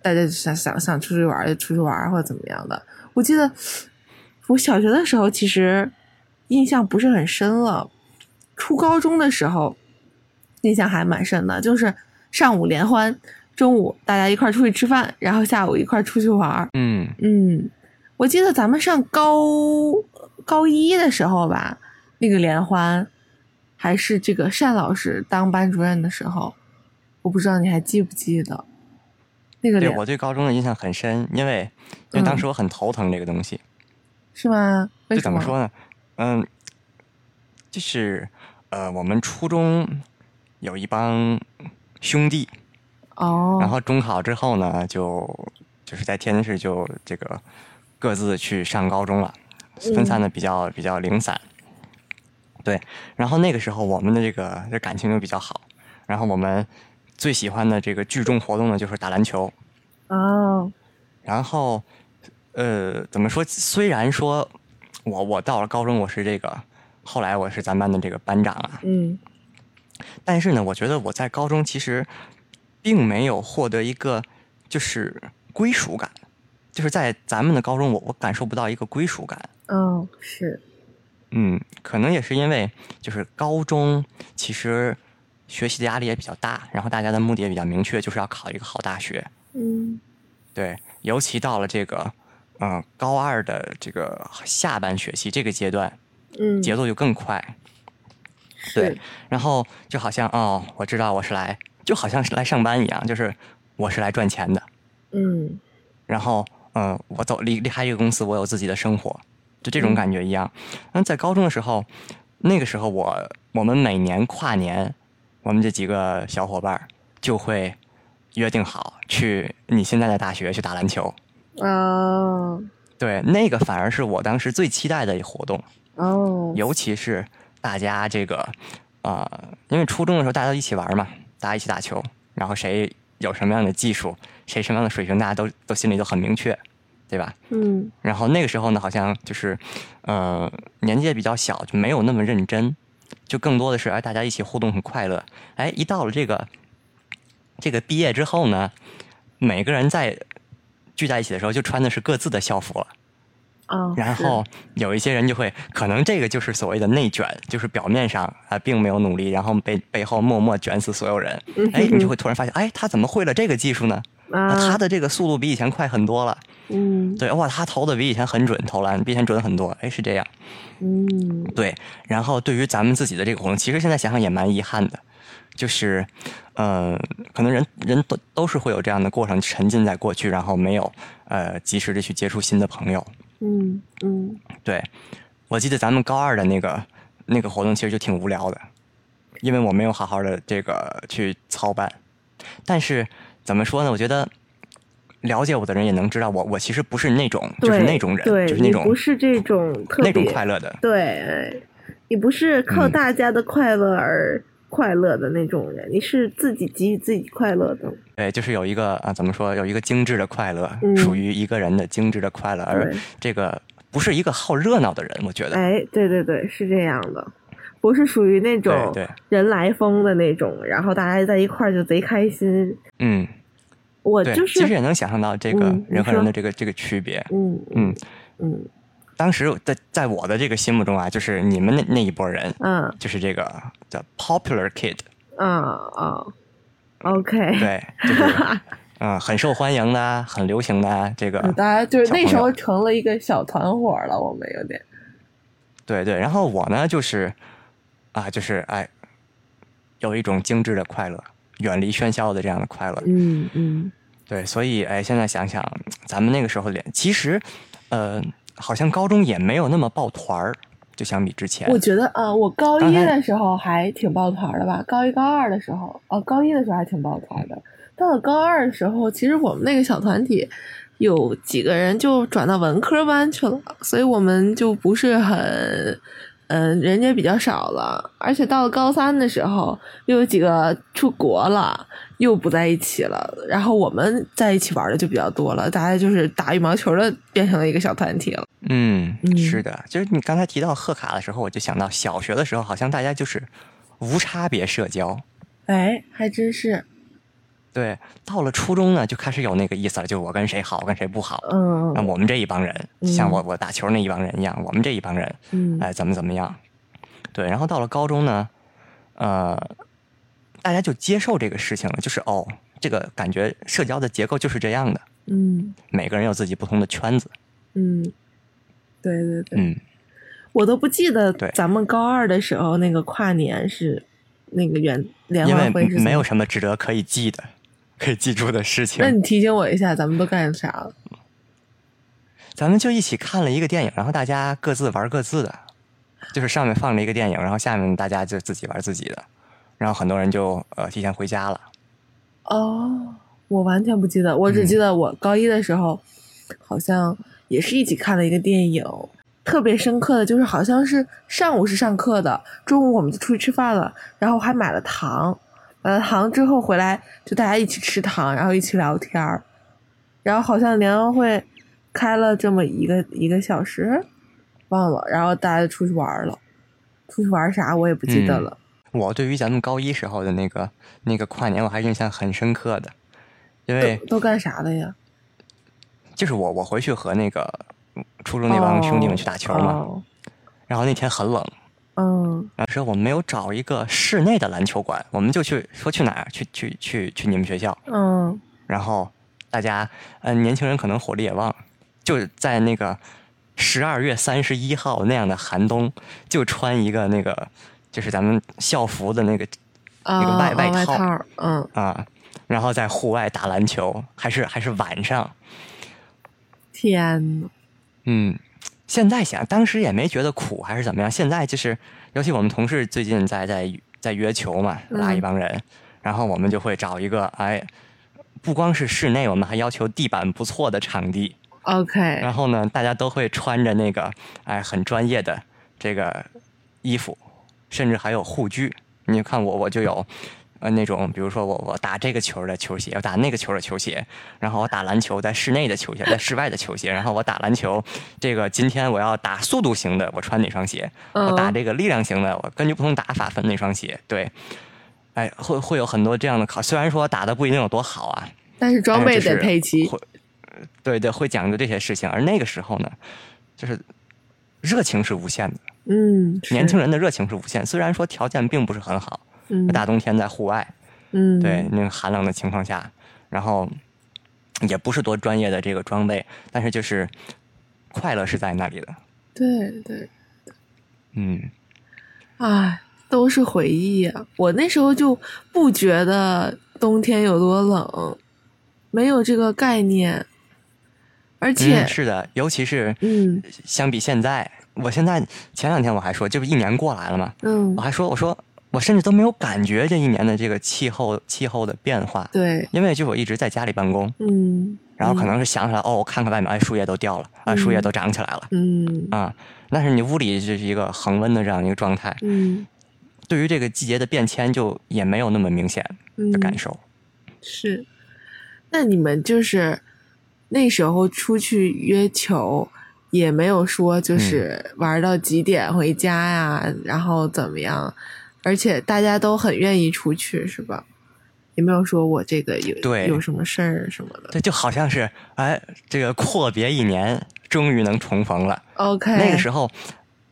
大家就想想想出去玩儿就出去玩儿或者怎么样的。我记得我小学的时候其实印象不是很深了，初高中的时候印象还蛮深的，就是上午联欢，中午大家一块儿出去吃饭，然后下午一块儿出去玩儿。
嗯，
嗯，我记得咱们上高高一的时候吧，那个联欢还是这个单老师当班主任的时候，我不知道你还记不记得那个
对
联
我对高中的印嗯象很深，因为因为当时我很头疼这个东西。
是吗？为
就
什
怎
么
么？说呢？嗯，就是呃，我们初中有一帮兄弟，
哦，
然后中考之后呢，就就是在天津市就这个各自去上高中了，分散的比较比较零散。对，然后那个时候我们的这个这感情就比较好，然后我们最喜欢的这个聚众活动呢就是打篮球，
哦，
然后呃怎么说？虽然说我我到了高中我是这个，后来我是咱班的这个班长啊，
嗯
但是呢，我觉得我在高中其实并没有获得一个就是归属感，就是在咱们的高中我，我感受不到一个归属感。
哦，是，
嗯，可能也是因为就是高中其实学习的压力也比较大，然后大家的目的也比较明确，就是要考一个好大学。
嗯
对，尤其到了这个嗯、呃高二的这个下半学期这个阶段，
嗯，
节奏就更快。
是
对，然后就好像哦，我知道我是来，就好像是来上班一样，就是我是来赚钱的。
嗯
然后，嗯、我走离离开这个公司，我有自己的生活，就这
嗯
种感觉一样。那在高中的时候，那个时候我我们每年跨年，我们这几个小伙伴儿就会约定好去你现在的大学去打篮球。
哦
对，那个反而是我当时最期待的一活动。
哦，
尤其是大家这个啊、呃因为初中的时候大家都一起玩嘛，大家一起打球，然后谁有什么样的技术，谁什么样的水平，大家都都心里都很明确，对吧？
嗯
然后那个时候呢，好像就是呃年纪也比较小，就没有那么认真，就更多的是哎大家一起互动很快乐。哎，一到了这个这个毕业之后呢，每个人在聚在一起的时候就穿的是各自的校服了。
哦
嗯，
然
啊
后有一些人就会，可能这个就是所谓的内卷，就是表面上啊、并没有努力，然后被背后默默卷死所有人。
嗯
哎，你就
会
会突然发现，哎，他怎么会了这个技术呢？啊
啊
他，的这个速度比以前快很多了。
嗯
对，哇，他投的比以前很准，投篮比以前准很多。哎，是这样。
嗯
对，然后对于咱们自己的这个活动，其实现在想想也蛮遗憾的，就是，呃，可能人人都都是会有这样的过程，沉浸在过去，然后没有呃及时的去接触新的朋友。
嗯嗯，
对，我记得咱们高二的那个那个活动其实就挺无聊的，因为我没有好好的这个去操办。但是怎么说呢？我觉得了解我的人也能知道我，我其实不是那种就是
对
那种人，
对，
就是那
你
种
不是这种特别
那种快乐的。
对，你不是靠
嗯
大家的快乐而快乐的那种人，你是自己给予自己快乐的。
对，就是有一个啊，怎么说，有一个精致的快乐，
嗯
属于一个人的精致的快乐，而
对
这个不是一个好热闹的人，我觉得。
哎，对对对，是这样的，不是属于那种
对对
人来疯的那种，然后大家在一块儿就贼开心。
嗯，
我
对，
就
其实
是
也能想象到这个
嗯你
人和人
说
的这个、这个区别。
嗯
嗯，
嗯
当时在在我的这个心目中啊，就是你们那那一波人，
嗯
就是这个叫 popular kid，
啊
嗯哦
啊，OK，
对，就是嗯，很受欢迎的啊，很流行的啊，这个
大家就是
小
那
朋
时候
友
成了一个小团伙了，我们有点，
对对。然后我呢，就是啊，就是哎，有一种精致的快乐，远离喧嚣的这样的快乐。
嗯嗯
对，所以哎，现在想想，咱们那个时候的脸，其实呃，好像高中也没有那么抱团儿，就相比之前
我。觉得啊、我高
刚
一
才
的时候还挺抱团儿的吧，高一高二的时候，啊，高一的时候还挺抱团儿的，到了高二的时候，其实我们那个小团体有几个人就转到文科班去了，所以我们就不是很。嗯，人也比较少了，而且到了高三的时候，又有几个出国了，又不在一起了。然后我们在一起玩的就比较多了，大家就是打羽毛球的变成了一个小团体了。
嗯，
嗯
是的，就是你刚才提到贺卡的时候，我就想到小学的时候，好像大家就是无差别社交。
哎，还真是，
对，到了初中呢，就开始有那个意思了，就是我跟谁好，我跟谁不好。
嗯
那我们这一帮人，像我我打球那一帮人一样，我们这一帮人，
嗯
哎，怎么怎么样？对，然后到了高中呢，呃，大家就接受这个事情了，就是哦，这个感觉社交的结构就是这样的，
嗯
每个人有自己不同的圈子。
嗯，对对对，
嗯，
我都不记得
对
咱们高二的时候那个跨年是那个元联
因为
欢会是怎么
没有。什么值得可以记的、可以记住的事情
那。你提醒我一下，咱们都干啥了？
咱们就一起看了一个电影，然后大家各自玩各自的，就是上面放了一个电影，然后下面大家就自己玩自己的，然后很多人就呃提前回家了。
哦，我完全不记得，
嗯
我只记得我高一的时候，好像也是一起看了一个电影。特别深刻的就是，好像是上午是上课的，中午我们就出去吃饭了，然后还买了糖，买了糖之后回来就大家一起吃糖，然后一起聊天儿，然后好像联欢会开了这么一个一个小时，忘了，然后大家就出去玩儿了，出去玩儿啥我也不记得
嗯
了。
我对于咱们高一时候的那个那个跨年，我还印象很深刻的，因为
都都干啥了呀？
就是我我回去和那个初中那帮兄弟们去打球嘛，
哦
然后那天很冷，
嗯
然后说我们没有找一个室内的篮球馆，我们就去说去哪儿去去去去你们学校，
嗯
然后大家，呃，年轻人可能火力也旺，就在那个十二月三十一号那样的寒冬，就穿一个那个就是咱们校服的那个
啊，
那个外
啊
外
外
套
儿嗯，
啊，然后在户外打篮球，还是还是晚上，
天呐，
嗯。现在想，当时也没觉得苦还是怎么样。现在就是，尤其我们同事最近在在在约球嘛，拉一帮人，然后我们就会找一个，哎，不光是室内，我们还要求地板不错的场地，
OK，
然后呢，大家都会穿着那个哎很专业的这个衣服，甚至还有护具。你看我，我就有呃那种，比如说我我打这个球的球鞋，我打那个球的球鞋，然后我打篮球在室内的球鞋，在室外的球鞋，然后我打篮球这个今天我要打速度型的，我穿哪双鞋？我打
嗯，
这个力量型的，我根据不同打法分哪双鞋。对，哎，会会有很多这样的考，虽然说打的不一定有多好啊，
但是装备
但是
得
就是
配齐，
会，对对，会讲究这些事情。而那个时候呢，就是热情是无限的，
嗯，是
年轻，人的热情是无限。虽然说条件并不是很好，
嗯，
大冬天在户外，
嗯，
对，那个寒冷的情况下，然后也不是多专业的这个装备，但是就是快乐是在那里的，
对对，
嗯
哎，都是回忆啊！我那时候就不觉得冬天有多冷，没有这个概念，而且
嗯，，是的，尤其是
嗯
相比现在，我现在前两天我还说，这不一年过来了嘛，
嗯
我，还说我说我甚至都没有感觉这一年的这个气候气候的变化，
对，
因为就我一直在家里办公，
嗯，
然后可能是想起来、哦，我看看外面，哎，树叶都掉了，啊，树叶都长起来了。
嗯，嗯
啊，但是你屋里就是一个恒温的这样一个状态，
嗯
对于这个季节的变迁就也没有那么明显
嗯
的感受。
是。那你们就是那时候出去约球，也没有说
嗯
就是玩到几点回家呀、然后怎么样？而且大家都很愿意出去，是吧？也没有说我这个有
对
有什么事儿什么的。
对，就好像是哎，这个阔别一年，终于能重逢了。
OK，
那个
候，
时候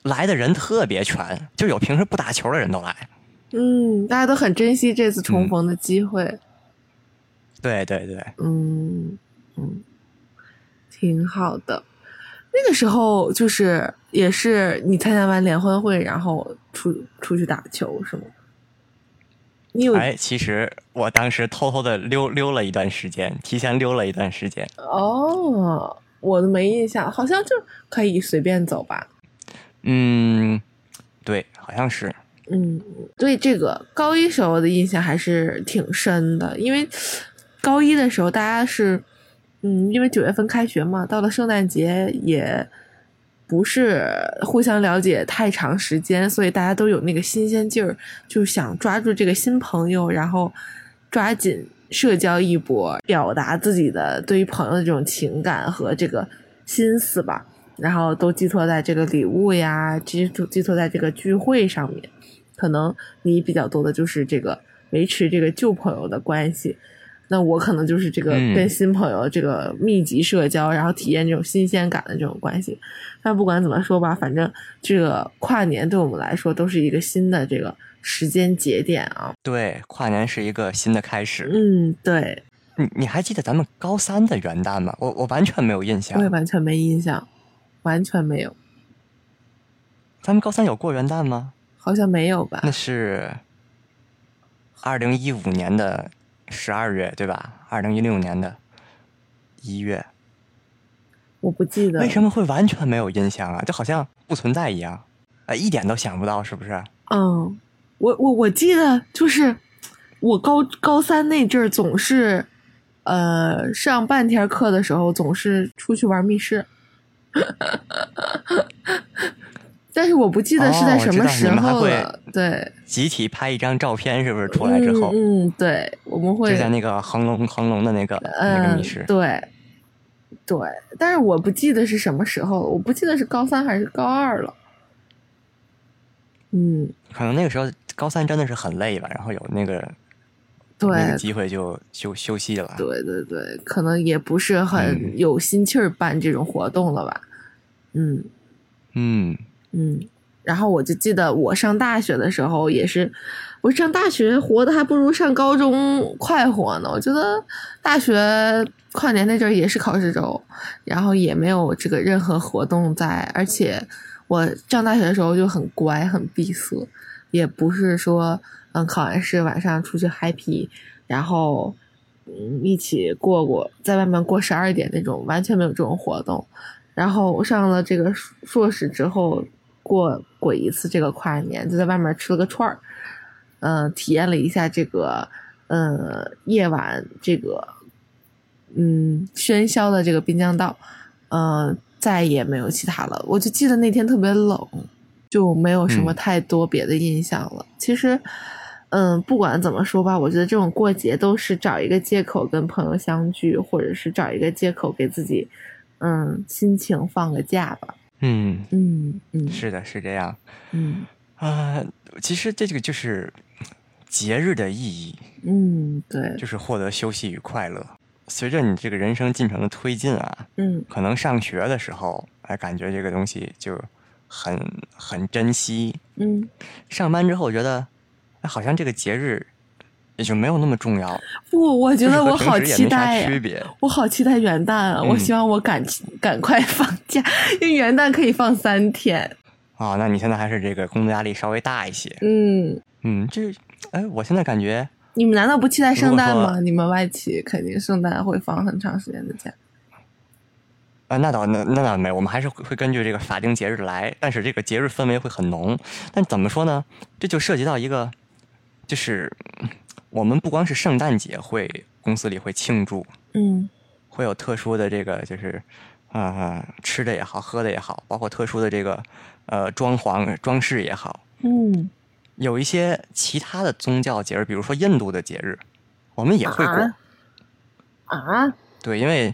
来的人特别全，就有平时不打球的人都来。
嗯，大家都很珍惜这次重
嗯
逢的机会。
对对对，
嗯，嗯，挺好的。那个时候就是也是你参加完联欢会，然后出出去打球是吗？你有、
哎，其实我当时偷偷的溜溜了一段时间，提前溜了一段时间。
哦，我都没印象，好像就可以随便走吧。
嗯，对，好像是。
嗯，对这个高一时候的印象还是挺深的，因为高一的时候大家是，嗯，因为九月份开学嘛，到了圣诞节也不是互相了解太长时间，所以大家都有那个新鲜劲儿，就想抓住这个新朋友，然后抓紧社交一波，表达自己的对于朋友的这种情感和这个心思吧。然后都寄托在这个礼物呀，寄托寄托在这个聚会上面。可能你比较多的就是这个维持这个旧朋友的关系，那我可能就是这个
嗯
跟新朋友这个密集社交，然后体验这种新鲜感的这种关系。但不管怎么说吧，反正这个跨年对我们来说都是一个新的这个时间节点啊。
对，跨年是一个新的开始。
嗯，对，
你你还记得咱们高三的元旦吗？我我完全没有印象
我也。完全没印象，完全没有，
咱们高三有过元旦吗？
好像没有吧
那？是二零一五年的十二月，对吧？二零一六年的一月，
我不记得。
为什么会完全没有印象啊？就好像不存在一样，呃，一点都想不到，是不是？
嗯，我我我记得就是我高高三那阵儿总是，呃，上半天课的时候总是出去玩密室， 但是我不记得是在
哦
什么时候
我知道你们
了。
还
对，
集体拍一张照片，是不是出来之后，
嗯，嗯对，我们会
就在那个恒隆恒隆的那个、那个
嗯
密室，？
对。对，但是我不记得是什么时候，我不记得是高三还是高二了。嗯，
可能那个时候高三真的是很累吧，然后有那个
对
那个机会就休休息了。
对对对，可能也不是很
嗯
有心气儿办这种活动了吧。嗯
嗯，
嗯。然后我就记得我上大学的时候也是，我上大学活的还不如上高中快活呢。我觉得大学跨年那阵儿也是考试周，然后也没有这个任何活动在，而且我上大学的时候就很乖很闭塞，也不是说嗯考完试晚上出去 happy，然后嗯一起过过在外面过十二点那种，完全没有这种活动。然后我上了这个硕硕士之后，过过一次这个跨年，就在外面吃了个串儿，嗯、体验了一下这个呃夜晚这个嗯喧嚣的这个滨江道，嗯，再也没有其他了。我就记得那天特别冷，就没有什么
嗯
太多别的印象了。其实，嗯，不管怎么说吧，我觉得这种过节都是找一个借口跟朋友相聚，或者是找一个借口给自己，嗯，心情放个假吧。
嗯，
嗯嗯
是的，是这样。
嗯
啊、其实这个就是节日的意义，
嗯，对，
就是获得休息与快乐。随着你这个人生进程的推进啊，
嗯
可能上学的时候，呃，感觉这个东西就很很珍惜。
嗯，
上班之后，我觉得、哎好像这个节日也就没有那么重要，
不，我觉
就是
得
和
我
平
好
时也
期
没啥
待呀、
区别。
我好期待元旦啊！我
嗯
希望我赶 赶快放假，因为元旦可以放三天。
啊、那你现在还是这个工作压力稍微大一些。
嗯，
嗯，这哎，我现在感觉
你们难道不期待圣
如
诞
果
吗？你们外企肯定圣诞会放很长时间的假。
啊、那倒那那倒没，我们还是会会根据这个法定节日来，但是这个节日氛围会很浓。但怎么说呢？这就涉及到一个，就是嗯我们不光是圣诞节会公司里会庆祝，
嗯
会有特殊的这个就是，啊、吃的也好，喝的也好，包括特殊的这个呃装潢装饰也好，
嗯，
有一些其他的宗教节日，比如说印度的节日，我们也会过。
啊啊，
对，因为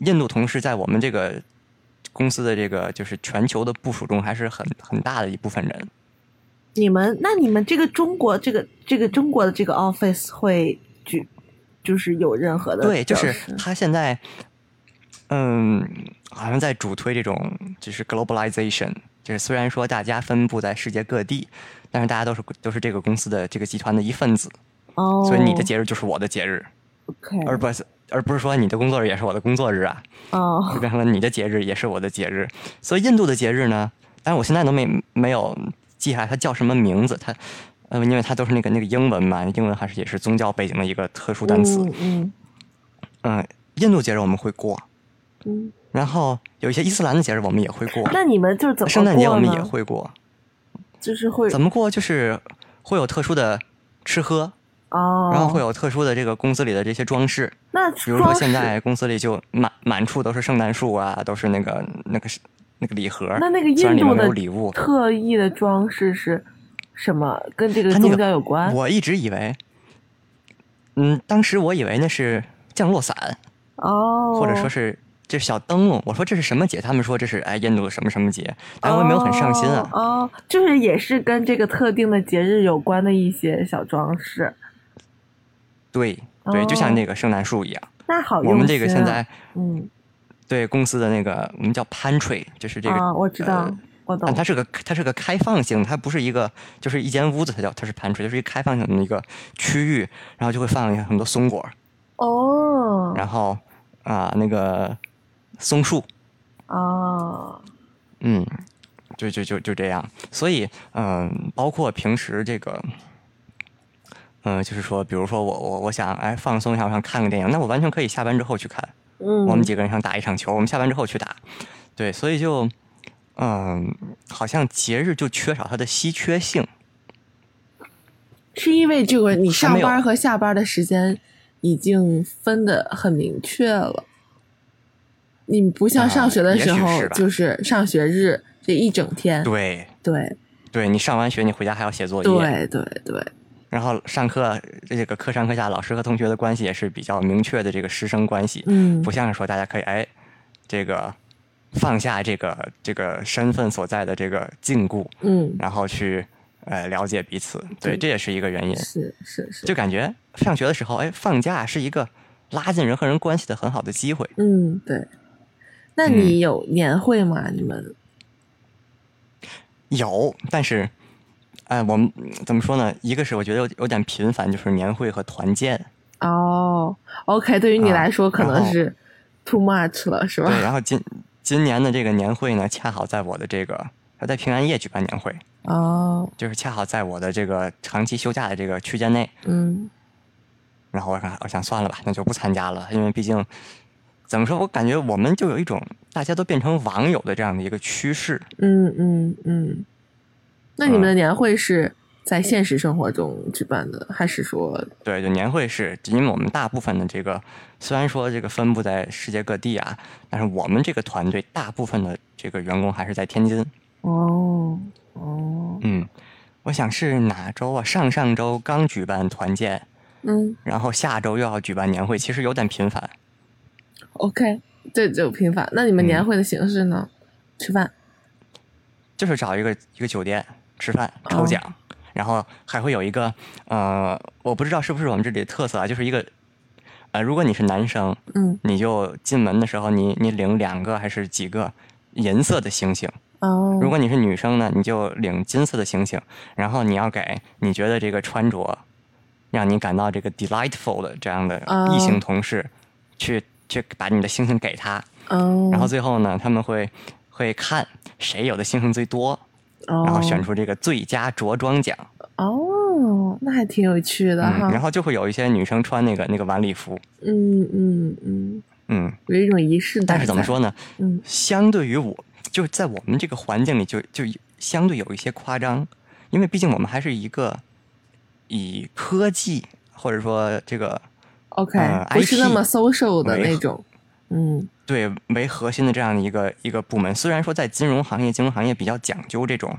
印度同事在我们这个公司的这个就是全球的部署中，还是很很大的一部分人。
你们那你们这个中国这个这个中国的这个 office 会举，就是有任何的
对，就
表
是
示
他现在，嗯，好像在主推这种就是 globalization，就是虽然说大家分布在世界各地，但是大家都是都是这个公司的这个集团的一份子，
哦，
所以你的节日就是我的节日，
OK
而不是而不是说你的工作日也是我的工作日啊。就
哦
变成了你的节日也是我的节日。所以印度的节日呢，但是我现在都没没有记下来它叫什么名字，它。呃，因为它都是那个那个英文嘛，英文还是也是宗教背景的一个特殊单词。
嗯
嗯印度节日我们会过，
嗯嗯，
然后有一些伊斯兰的节日我们也会过，
那你们就是怎么
圣诞节
过
我们
呢
也会过。
就是会
怎么过？就是会有特殊的吃喝，
哦，
然后会有特殊的这个公司里的这些装饰，
那
比如说
装饰
现在公司里就满满处都是圣诞树啊，都是那个那个是那个礼盒。
那那个
虽然
印
里面
度
没
的
有礼物，
特意的装饰是什么？跟这个
它那
宗
个
教有关？
我一直以为，嗯，当时我以为那是降落伞，
哦，
或者说是这是小灯笼。我说这是什么节？他们说这是哎印度的什么什么节，但我也没有很上心啊。
哦。哦，就是也是跟这个特定的节日有关的一些小装饰，
对对，就像
哦
那个圣诞树一样。
那好用、啊。
我们这个现在，
嗯
对公司的那个我们叫 pantry，就是这个
啊，我知道，
呃
我懂
但。它是个它是个开放性，它不是一个就是一间屋子，它叫它是 pantry，就是一个开放性的一个区域，然后就会放很多松果，
哦
然后啊、那个松树，
哦，
嗯，就就就就这样。所以，嗯，包括平时这个，嗯，就是说，比如说我我我想哎放松一下，我想看个电影，那我完全可以下班之后去看。
嗯，
我们几个人想打一场球，我们下班之后去打。对，所以就，嗯，好像节日就缺少它的稀缺性。
是因为这个你
还
上
没有
班和下班的时间已经分得很明确了，你不像上学的时候，
啊也许是吧
就是上学日这一整天，
对，
对
对你上完学，你回家还要写作业，
对对对，
然后上课这个课上课下，老师和同学的关系也是比较明确的这个师生关系。
嗯
不，像是说大家可以哎，这个放下这个这个身份所在的这个禁锢，
嗯，
然后去呃了解彼此。
对
对，这也是一个原因。
是是是，
就感觉上学的时候，哎，放假是一个拉近人和人关系的很好的机会。
嗯对。那你有年会吗？你们
有，但是，哎，我们嗯怎么说呢？一个是我觉得有有点频繁，就是年会和团建。
哦，OK，对于你
啊
来说可
然
能
后
是 too much 了，是吧？哦
对，然后今今年的这个年会呢，恰好在我的这个。呃在平安夜举办年会，
哦，
就是恰好在我的这个长期休假的这个区间内，
嗯
然后我想，我想算了吧，那就不参加了，因为毕竟怎么说，我感觉我们就有一种大家都变成网友的这样的一个趋势。
嗯嗯嗯。那你们
嗯
的年会是在现实生活中举办的，还是说
对，就年会是，因为我们大部分的这个虽然说这个分布在世界各地啊，但是我们这个团队大部分的这个员工还是在天津。
哦哦
嗯，我想是哪周啊？上上周刚举办团建，
嗯
然后下周又要举办年会，其实有点频繁。
，OK，这就频繁。那你们
嗯
年会的形式呢？吃饭
就是找一个一个酒店吃饭
哦
抽奖，然后还会有一个呃，我不知道是不是我们这里的特色啊，就是一个呃，如果你是男生，
嗯
你就进门的时候你你领两个还是几个银色的星星。
哦，
如果你是女生呢，你就领金色的星星，然后你要给你觉得这个穿着让你感到这个 delightful 的这样的
哦
异性同事，去去把你的星星给他，
哦，
然后最后呢，他们会会看谁有的星星最多，然
然
后选出这个最佳着装奖。
哦，那还挺有趣的
嗯，
哈，
然后就会有一些女生穿那个那个晚礼服，
嗯嗯嗯，
嗯，
有一种仪式感。
但是怎么？说呢？
嗯，
相对于我，就是在我们这个环境里就，就相对有一些夸张，因为毕竟我们还是一个以科技或者说这个
OK，、
呃
不是
IT
那么 social 的
为
那
何
种，嗯
对为核心的这样的一个一个部门。虽然说在金融行业，金融行业比较讲究这种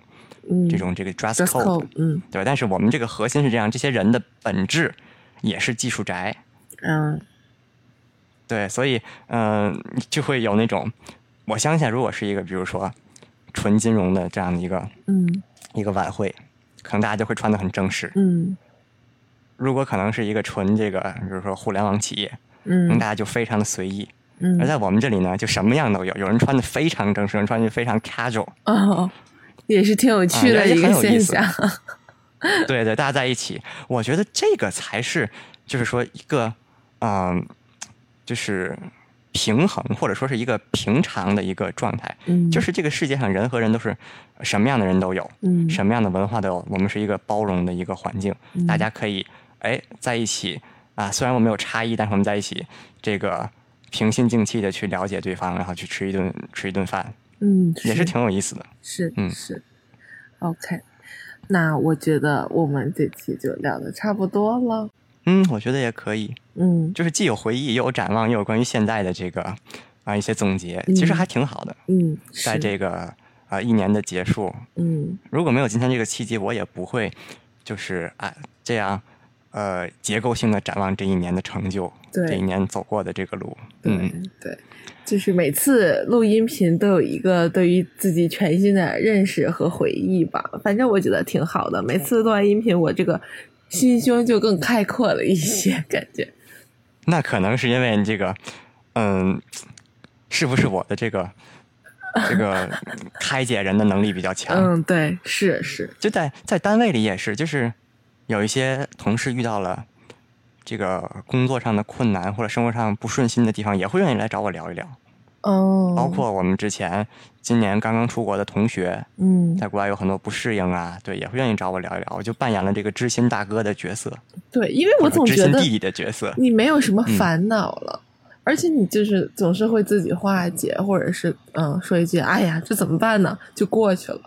嗯，
这种这个 dress
dress
code，
code，嗯
对吧？但是我们这个核心是这样，这些人的本质也是技术宅，
嗯
对，所以嗯、呃就会有那种，我相信如果是一个比如说纯金融的这样的一个
嗯
一个晚会，可能大家就会穿的很正式。
嗯
如果可能是一个纯这个，比如说互联网企业，那
嗯
大家就非常的随意。而
嗯，
在我们这里呢，就什么样都有，有人穿的非常正式，有人穿的非常 casual。
哦，也是挺有趣
觉
的
得
一
呃很
个
有意
现
思
象。
对对，大家在一起，我觉得这个才是，就是说一个，嗯、就是平衡或者说是一个平常的一个状态。
嗯，
就是这个世界上人和人都是什么样的人都有，
嗯
什么样的文化都有。我们是一个包容的一个环境，
嗯
大家可以哎在一起啊，虽然我们有差异，但是我们在一起这个平心静气的去了解对方，然后去吃一顿吃一顿饭，
嗯，
也是挺有意思的。
是
嗯
是，OK。那我觉得我们这期就聊的差不多了。
嗯，我觉得也可以，
嗯
就是既有回忆，又有展望，又有关于现在的这个啊一些总结，其实
嗯
还挺好的。
嗯，
在
是
这个啊一年的结束，
嗯
如果没有今天这个契机，我也不会就是啊这样，呃，结构性的展望这一年的成就，
对
这一年走过的这个路。
对
嗯，
对，就是每次录音频都有一个对于自己全新的认识和回忆吧。反正我觉得挺好的，每次录完音频，我这个心胸就更开阔了一些，感觉。
那可能是因为你这个，嗯，是不是我的这 个这个开解人的能力比较强？
嗯，对，是是，
就在在单位里也是，就是有一些同事遇到了。这个工作上的困难或者生活上不顺心的地方，也会愿意来找我聊一聊。
哦，
包括我们之前今年刚刚出国的同学，
嗯，
在国外有很多不适应啊，对，也会愿意找我聊一聊。我就扮演了这个知心大哥的角色，
对，因为我
或者
总
知
觉
心
得
弟弟的角色。
你没有什么
嗯
烦恼了，而且你就是总是会自己化解，或者是嗯说一句“哎呀，这怎么办呢”，就过去了，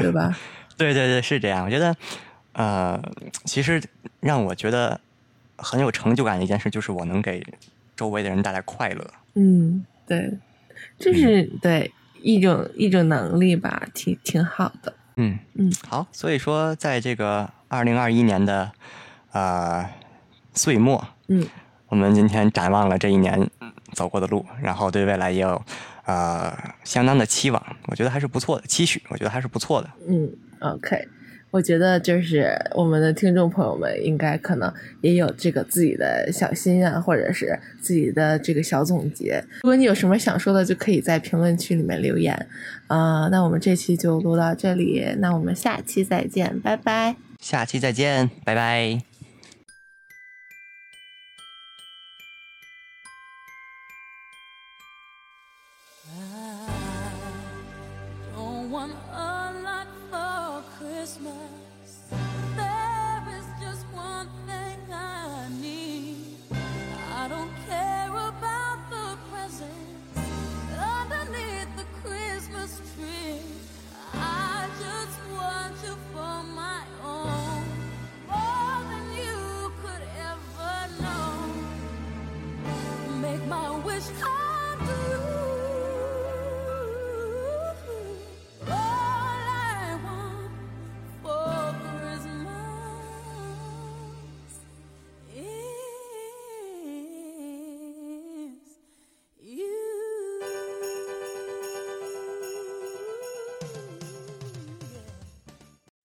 对吧？
对对对，是这样。我觉得，呃，其实让我觉得很有成就感的一件事，就是我能给周围的人带来快乐。
嗯，对，这是对一种一种能力吧，挺挺好的。
嗯
嗯，
好。所以说，在这个二零二一年的呃岁末，
嗯
我们今天展望了这一年走过的路，然后对未来也有呃相当的期望，我觉得还是不错的期许，我觉得还是不错的。
嗯，OK，我觉得就是我们的听众朋友们应该可能也有这个自己的小心愿，或者是自己的这个小总结。如果你有什么想说的，就可以在评论区里面留言。啊、那我们这期就录到这里，那我们下期再见，拜拜。
下期再见，拜拜。
I don't want a lot for Christmas.